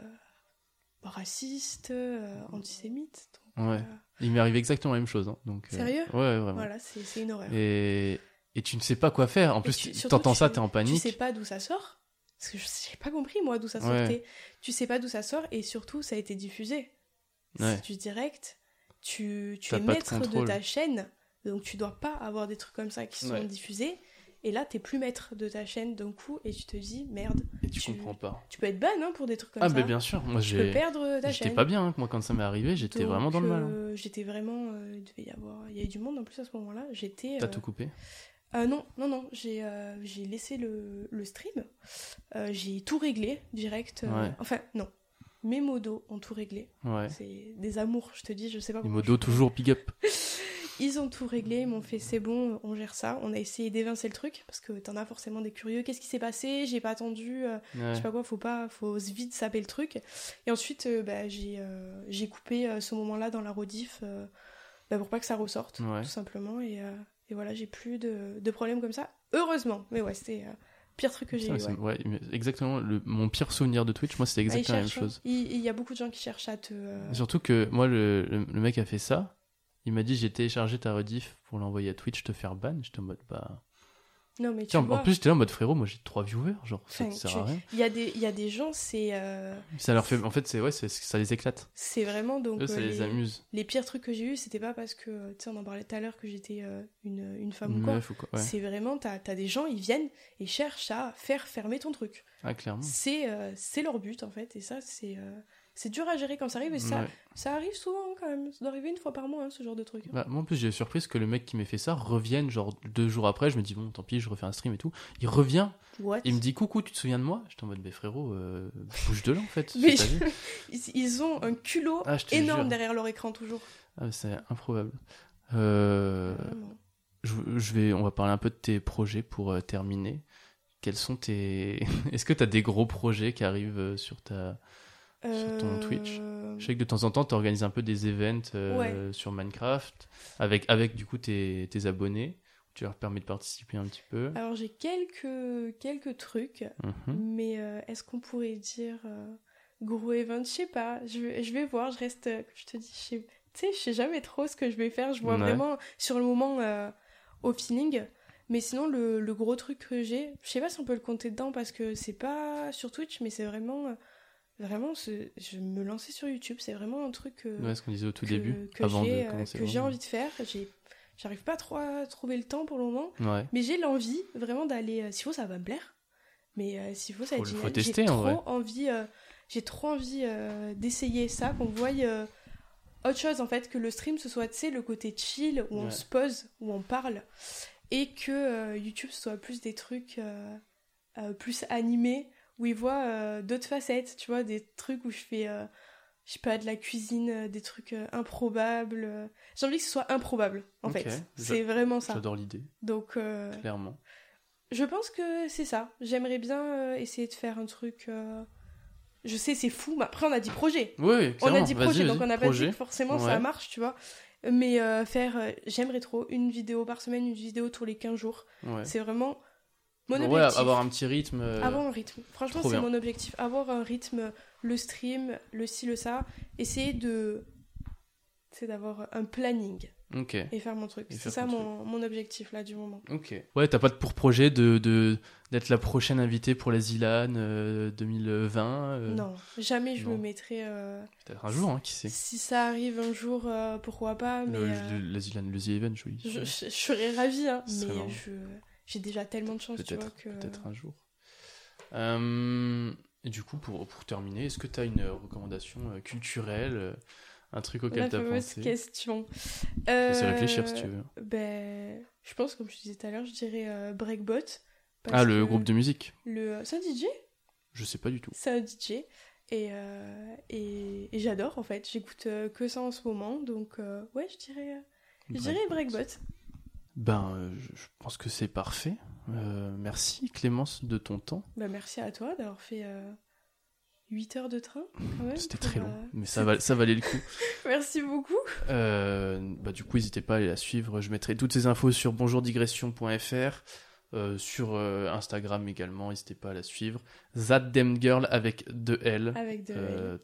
racistes, euh, antisémites. Donc,
Ouais.
euh,
Il m'est arrivé exactement la même chose. hein, Donc, euh,
Sérieux
Ouais, vraiment.
voilà, c'est c'est une horreur.
Et... et tu ne sais pas quoi faire. En plus,
tu-
tu-
surtout,
t'entends
tu-
ça, t'es en
Tu
panique.
sais pas d'où ça sort Parce que je j'ai pas compris moi d'où ça
Ouais.
sortait. Tu sais pas d'où ça sort et surtout ça a été diffusé.
Ouais.
Si tu direct, tu, tu
T'as
es
pas de
maître de,
contrôle.
ta chaîne, donc tu dois pas avoir des trucs comme ça qui sont
Ouais.
diffusés. Et là, t'es plus maître de ta chaîne d'un coup et tu te dis merde.
Et tu,
tu-
comprends pas.
Tu peux être ban hein, pour des trucs comme
Ah,
ça.
bah, bien sûr. Moi,
tu peux
j'ai.
perdre ta
J'étais
chaîne.
pas bien, hein, moi, quand ça m'est arrivé, j'étais
Donc,
vraiment dans le mal. hein.
euh, j'étais vraiment. euh, il devait y avoir. Il y a eu du monde en plus à ce moment-là. J'étais.
T'as
euh,
tout coupé
ah non, non, non, j'ai euh, j'ai laissé le, le stream. Euh, j'ai tout réglé direct. euh,
Ouais.
Enfin, non. Mes modos ont tout réglé.
Ouais.
C'est des amours, je te dis, je sais pas
Les
pourquoi.
modos, toujours big up.
Ils ont tout réglé, ils m'ont fait c'est bon, on gère ça. On a essayé d'évincer le truc parce que t'en as forcément des curieux. Qu'est-ce qui s'est passé J'ai pas attendu. euh, Je
Ouais.
sais pas quoi, faut pas, faut vite saper le truc. Et ensuite, euh, bah, j'ai euh, j'ai coupé euh, ce moment-là dans la rediff euh, bah, pour pas que ça ressorte,
Ouais.
tout simplement. Et, euh, et voilà, j'ai plus de, de problèmes comme ça. Heureusement, mais ouais, c'était euh, le pire truc que j'ai eu.
Putain,
ouais.
Ah, c'est- ouais, mais exactement. le- Mon pire souvenir de Twitch, moi, c'était
Ah, ils
exactement la même
cherchent,
chose.
hein. Il, il y a beaucoup de gens qui cherchent à te. euh,
Surtout que moi, le, le- le mec a fait ça. Il m'a dit J'ai téléchargé ta rediff pour l'envoyer à Twitch, te faire ban. J'étais en mode Bah,
Non, mais tu
Tiens,
vois,
en plus, t'es là en mode frérot, moi j'ai trois viewers, genre, ça
enfin,
te sert
tu-
à rien.
il y, a des- il y a des gens, c'est euh,
Ça leur fait. En fait, c'est ouais, c'est- ça les éclate.
c'est vraiment donc
Eux, ça
euh,
les amuse.
les pires trucs que j'ai eu, c'était pas parce que, euh, tu sais, on en parlait tout à l'heure que j'étais euh, une, une femme
Une
ou quoi.
meuf ou quoi. Ouais.
C'est vraiment, t'as as des gens, ils viennent et cherchent à faire fermer ton truc.
Ah, clairement.
C'est euh, c'est leur but en fait, et ça, c'est euh, c'est dur à gérer quand ça arrive, et ça,
Ouais.
ça arrive souvent hein, quand même. Ça doit arriver une fois par mois, hein, ce genre de truc. hein.
Bah, moi en plus j'ai eu surprise que le mec qui m'ait fait ça revienne genre deux jours après, je me dis bon tant pis je refais un stream et tout. Il revient,
What
il me dit coucou tu te souviens de moi J'étais en mode mais frérot euh, bouge de là en fait.
Mais-
c'est ta vie.
Ils, ils ont un culot
Ah, je te
énorme
jure.
derrière leur écran toujours.
Ah, mais c'est improbable. Euh,
Vraiment.
je, je vais, on va parler un peu de tes projets pour euh, terminer. Quels sont tes... Est-ce que t'as des gros projets qui arrivent euh, sur ta... sur ton Twitch,
Euh,
Je sais que de temps en temps, tu organises un peu des events euh, sur Minecraft avec, avec du coup tes, tes abonnés. Tu leur permets de participer un petit peu.
Alors j'ai quelques, quelques trucs,
Mhm.
mais euh, est-ce qu'on pourrait dire euh, gros event Je sais pas, je, vais- je vais voir, je reste, euh, je te dis, je sais, tu sais, je sais jamais trop ce que je vais faire, je vois
Ouais.
vraiment sur le moment euh, au feeling. Mais sinon, le, le gros truc que j'ai, je sais pas si on peut le compter dedans parce que c'est pas sur Twitch, mais c'est vraiment, euh, vraiment, ce- je me lançais sur YouTube, c'est vraiment un truc. euh,
Ouais, ce qu'on disait au tout
que-
début,
que
avant
j'ai,
de
euh,
commencer.
que j'ai
vraiment.
envie de faire. J'ai- J'arrive pas trop à trouver le temps pour le moment,
Ouais.
mais j'ai l'envie vraiment d'aller. euh, S'il faut, ça va me plaire. Mais euh, s'il faut, ça va
Faut
être
le-
génial.
faut tester,
J'ai
en
trop
vrai.
envie. euh, j'ai trop envie euh, d'essayer ça, qu'on voie euh, autre chose en fait, que le stream ce soit, tu sais, le côté chill où
Ouais.
on se pose, où on parle, et que euh, YouTube ce soit plus des trucs euh, euh, plus animés où ils voient euh, d'autres facettes, tu vois, des trucs où je fais, euh, je sais pas, de la cuisine, euh, des trucs euh, improbables. euh. J'ai envie que ce soit improbable, en
Ok,
fait.
je-
C'est vraiment ça.
J'adore l'idée,
Donc, euh,
clairement.
je pense que c'est ça. J'aimerais bien euh, essayer de faire un truc. euh, Je sais, c'est fou, mais après, on a dit projet.
Oui,
On
clairement.
a dit
Vas-y,
projet,
vas-y,
donc on n'a pas dit
projet.
que forcément
Ouais.
ça marche, tu vois. Mais euh, faire, euh, j'aimerais trop une vidéo par semaine, une vidéo tous les 15 jours.
Ouais.
C'est vraiment mon
Ouais,
objectif.
avoir un petit rythme. euh,
Avoir un rythme. Franchement,
trop
c'est
bien.
mon objectif. Avoir un rythme, le stream, le ci, le ça. Essayer de. C'est d'avoir un planning
Ok.
et faire mon truc.
Et
C'est
faire
ça
ton
mon, mon objectif là du moment.
Ok. Ouais, t'as pas de pour projet de de- d'être la prochaine invitée pour la Zilan euh, 2020. euh,
non, jamais je me
non.
mettrai. euh,
Peut-être un jour, hein, qui sait.
Si ça arrive un jour, euh, pourquoi pas, mais
Le,
euh,
le- la Zilan, le The Event, je veux dire.
je, je- je serais ravie, hein,
Ce serait
mais
marrant.
je j'ai déjà tellement de chance, tu vois,
Peut-être,
que...
peut-être un jour. Euh, et du coup, pour, pour terminer, est-ce que t'as une euh, recommandation euh, culturelle, euh, un truc auquel
La
t'as
fameuse
pensé
question.
Je
Euh,
vais réfléchir si tu veux.
Ben, je pense, comme je disais tout à l'heure, je dirais euh, Breakbot. parce
Ah, le
que
groupe de musique
Le... C'est un DJ
Je sais pas du tout.
C'est un DJ. Et, euh, et, et j'adore, en fait. J'écoute euh, que ça en ce moment, donc euh, ouais, je dirais, euh, je dirais Breakbot.
Ben, euh, je je pense que c'est parfait. Euh, merci Clémence de ton temps.
Ben, merci à toi d'avoir fait... 8 heures de train, quand même.
C'était
pour,
très long,
euh,
mais ça, val- ça valait le coup.
Merci beaucoup.
Euh, bah, du coup, n'hésitez pas à aller la suivre. Je mettrai toutes ces infos sur bonjourdigression.fr, euh, sur euh, Instagram également. N'hésitez pas à la suivre. That Damn Girl avec deux L.
Avec de
Euh,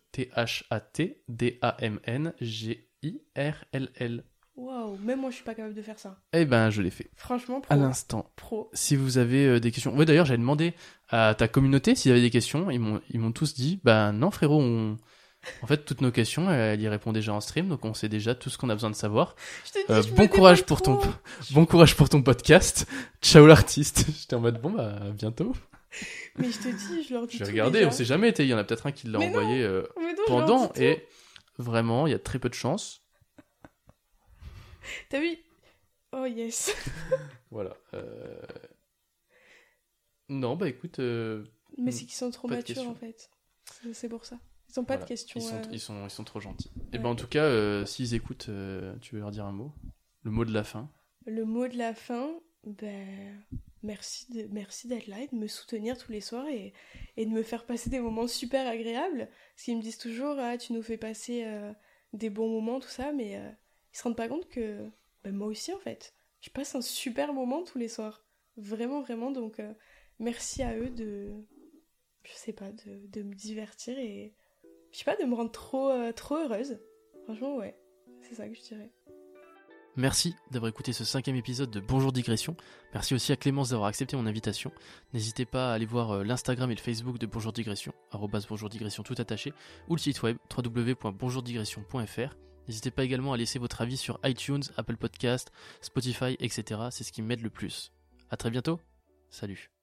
T-H-A-T-D-A-M-N-G-I-R-L-L.
Waouh, même moi je suis pas capable de faire ça.
Eh ben, je l'ai fait
Franchement, pro.
à l'instant.
pro.
si vous avez euh, des questions. Ouais, d'ailleurs, j'avais demandé à ta communauté s'il y avait des questions. Ils m'ont, ils m'ont tous dit, bah non, frérot, on... en fait, toutes nos questions, elle y répond déjà en stream, donc on sait déjà tout ce qu'on a besoin de savoir.
Je te dis,
Euh,
je me
bon courage
débrouille
pour ton,
trop.
bon courage pour ton podcast. Ciao l'artiste. J'étais en mode bon, bah à bientôt.
Mais je te dis, je leur dis.
Je vais
tout
regarder,
déjà.
on sait jamais. été. Il y en a peut-être un qui l'a
Mais non,
envoyé euh,
Mais non, je leur
pendant,
dis tout.
et vraiment, il y a très peu de chance.
T'as vu Oh yes.
Voilà. euh, Non, bah écoute, euh,
Mais
Hmm,
c'est qu'ils sont trop
pas de
matures
questions.
en fait. C'est- C'est pour ça. Ils ont pas
Voilà,
de questions.
Ils sont,
euh,
ils, sont, ils sont trop gentils. Et
ouais.
ben en tout cas, euh, s'ils écoutent, euh, tu veux leur dire un mot Le mot de la fin
Le mot de la fin, ben. Merci de merci d'être là et de me soutenir tous les soirs et, et de me faire passer des moments super agréables. Parce qu'ils me disent toujours ah tu nous fais passer euh, des bons moments tout ça, mais euh, ils se rendent pas compte que ben, moi aussi en fait, je passe un super moment tous les soirs. Vraiment vraiment donc euh, merci à eux de je sais pas de, de me divertir et je sais pas de me rendre trop euh, trop heureuse. Franchement ouais, c'est ça que je dirais.
Merci d'avoir écouté ce cinquième épisode de Bonjour Digression. Merci aussi à Clémence d'avoir accepté mon invitation. N'hésitez pas à aller voir euh, l'Instagram et le Facebook de Bonjour Digression, arrobas Bonjour Digression tout attaché, ou le site web www.bonjourdigression.fr. N'hésitez pas également à laisser votre avis sur iTunes, Apple Podcast, Spotify, etc. C'est ce qui m'aide le plus. À très bientôt. Salut.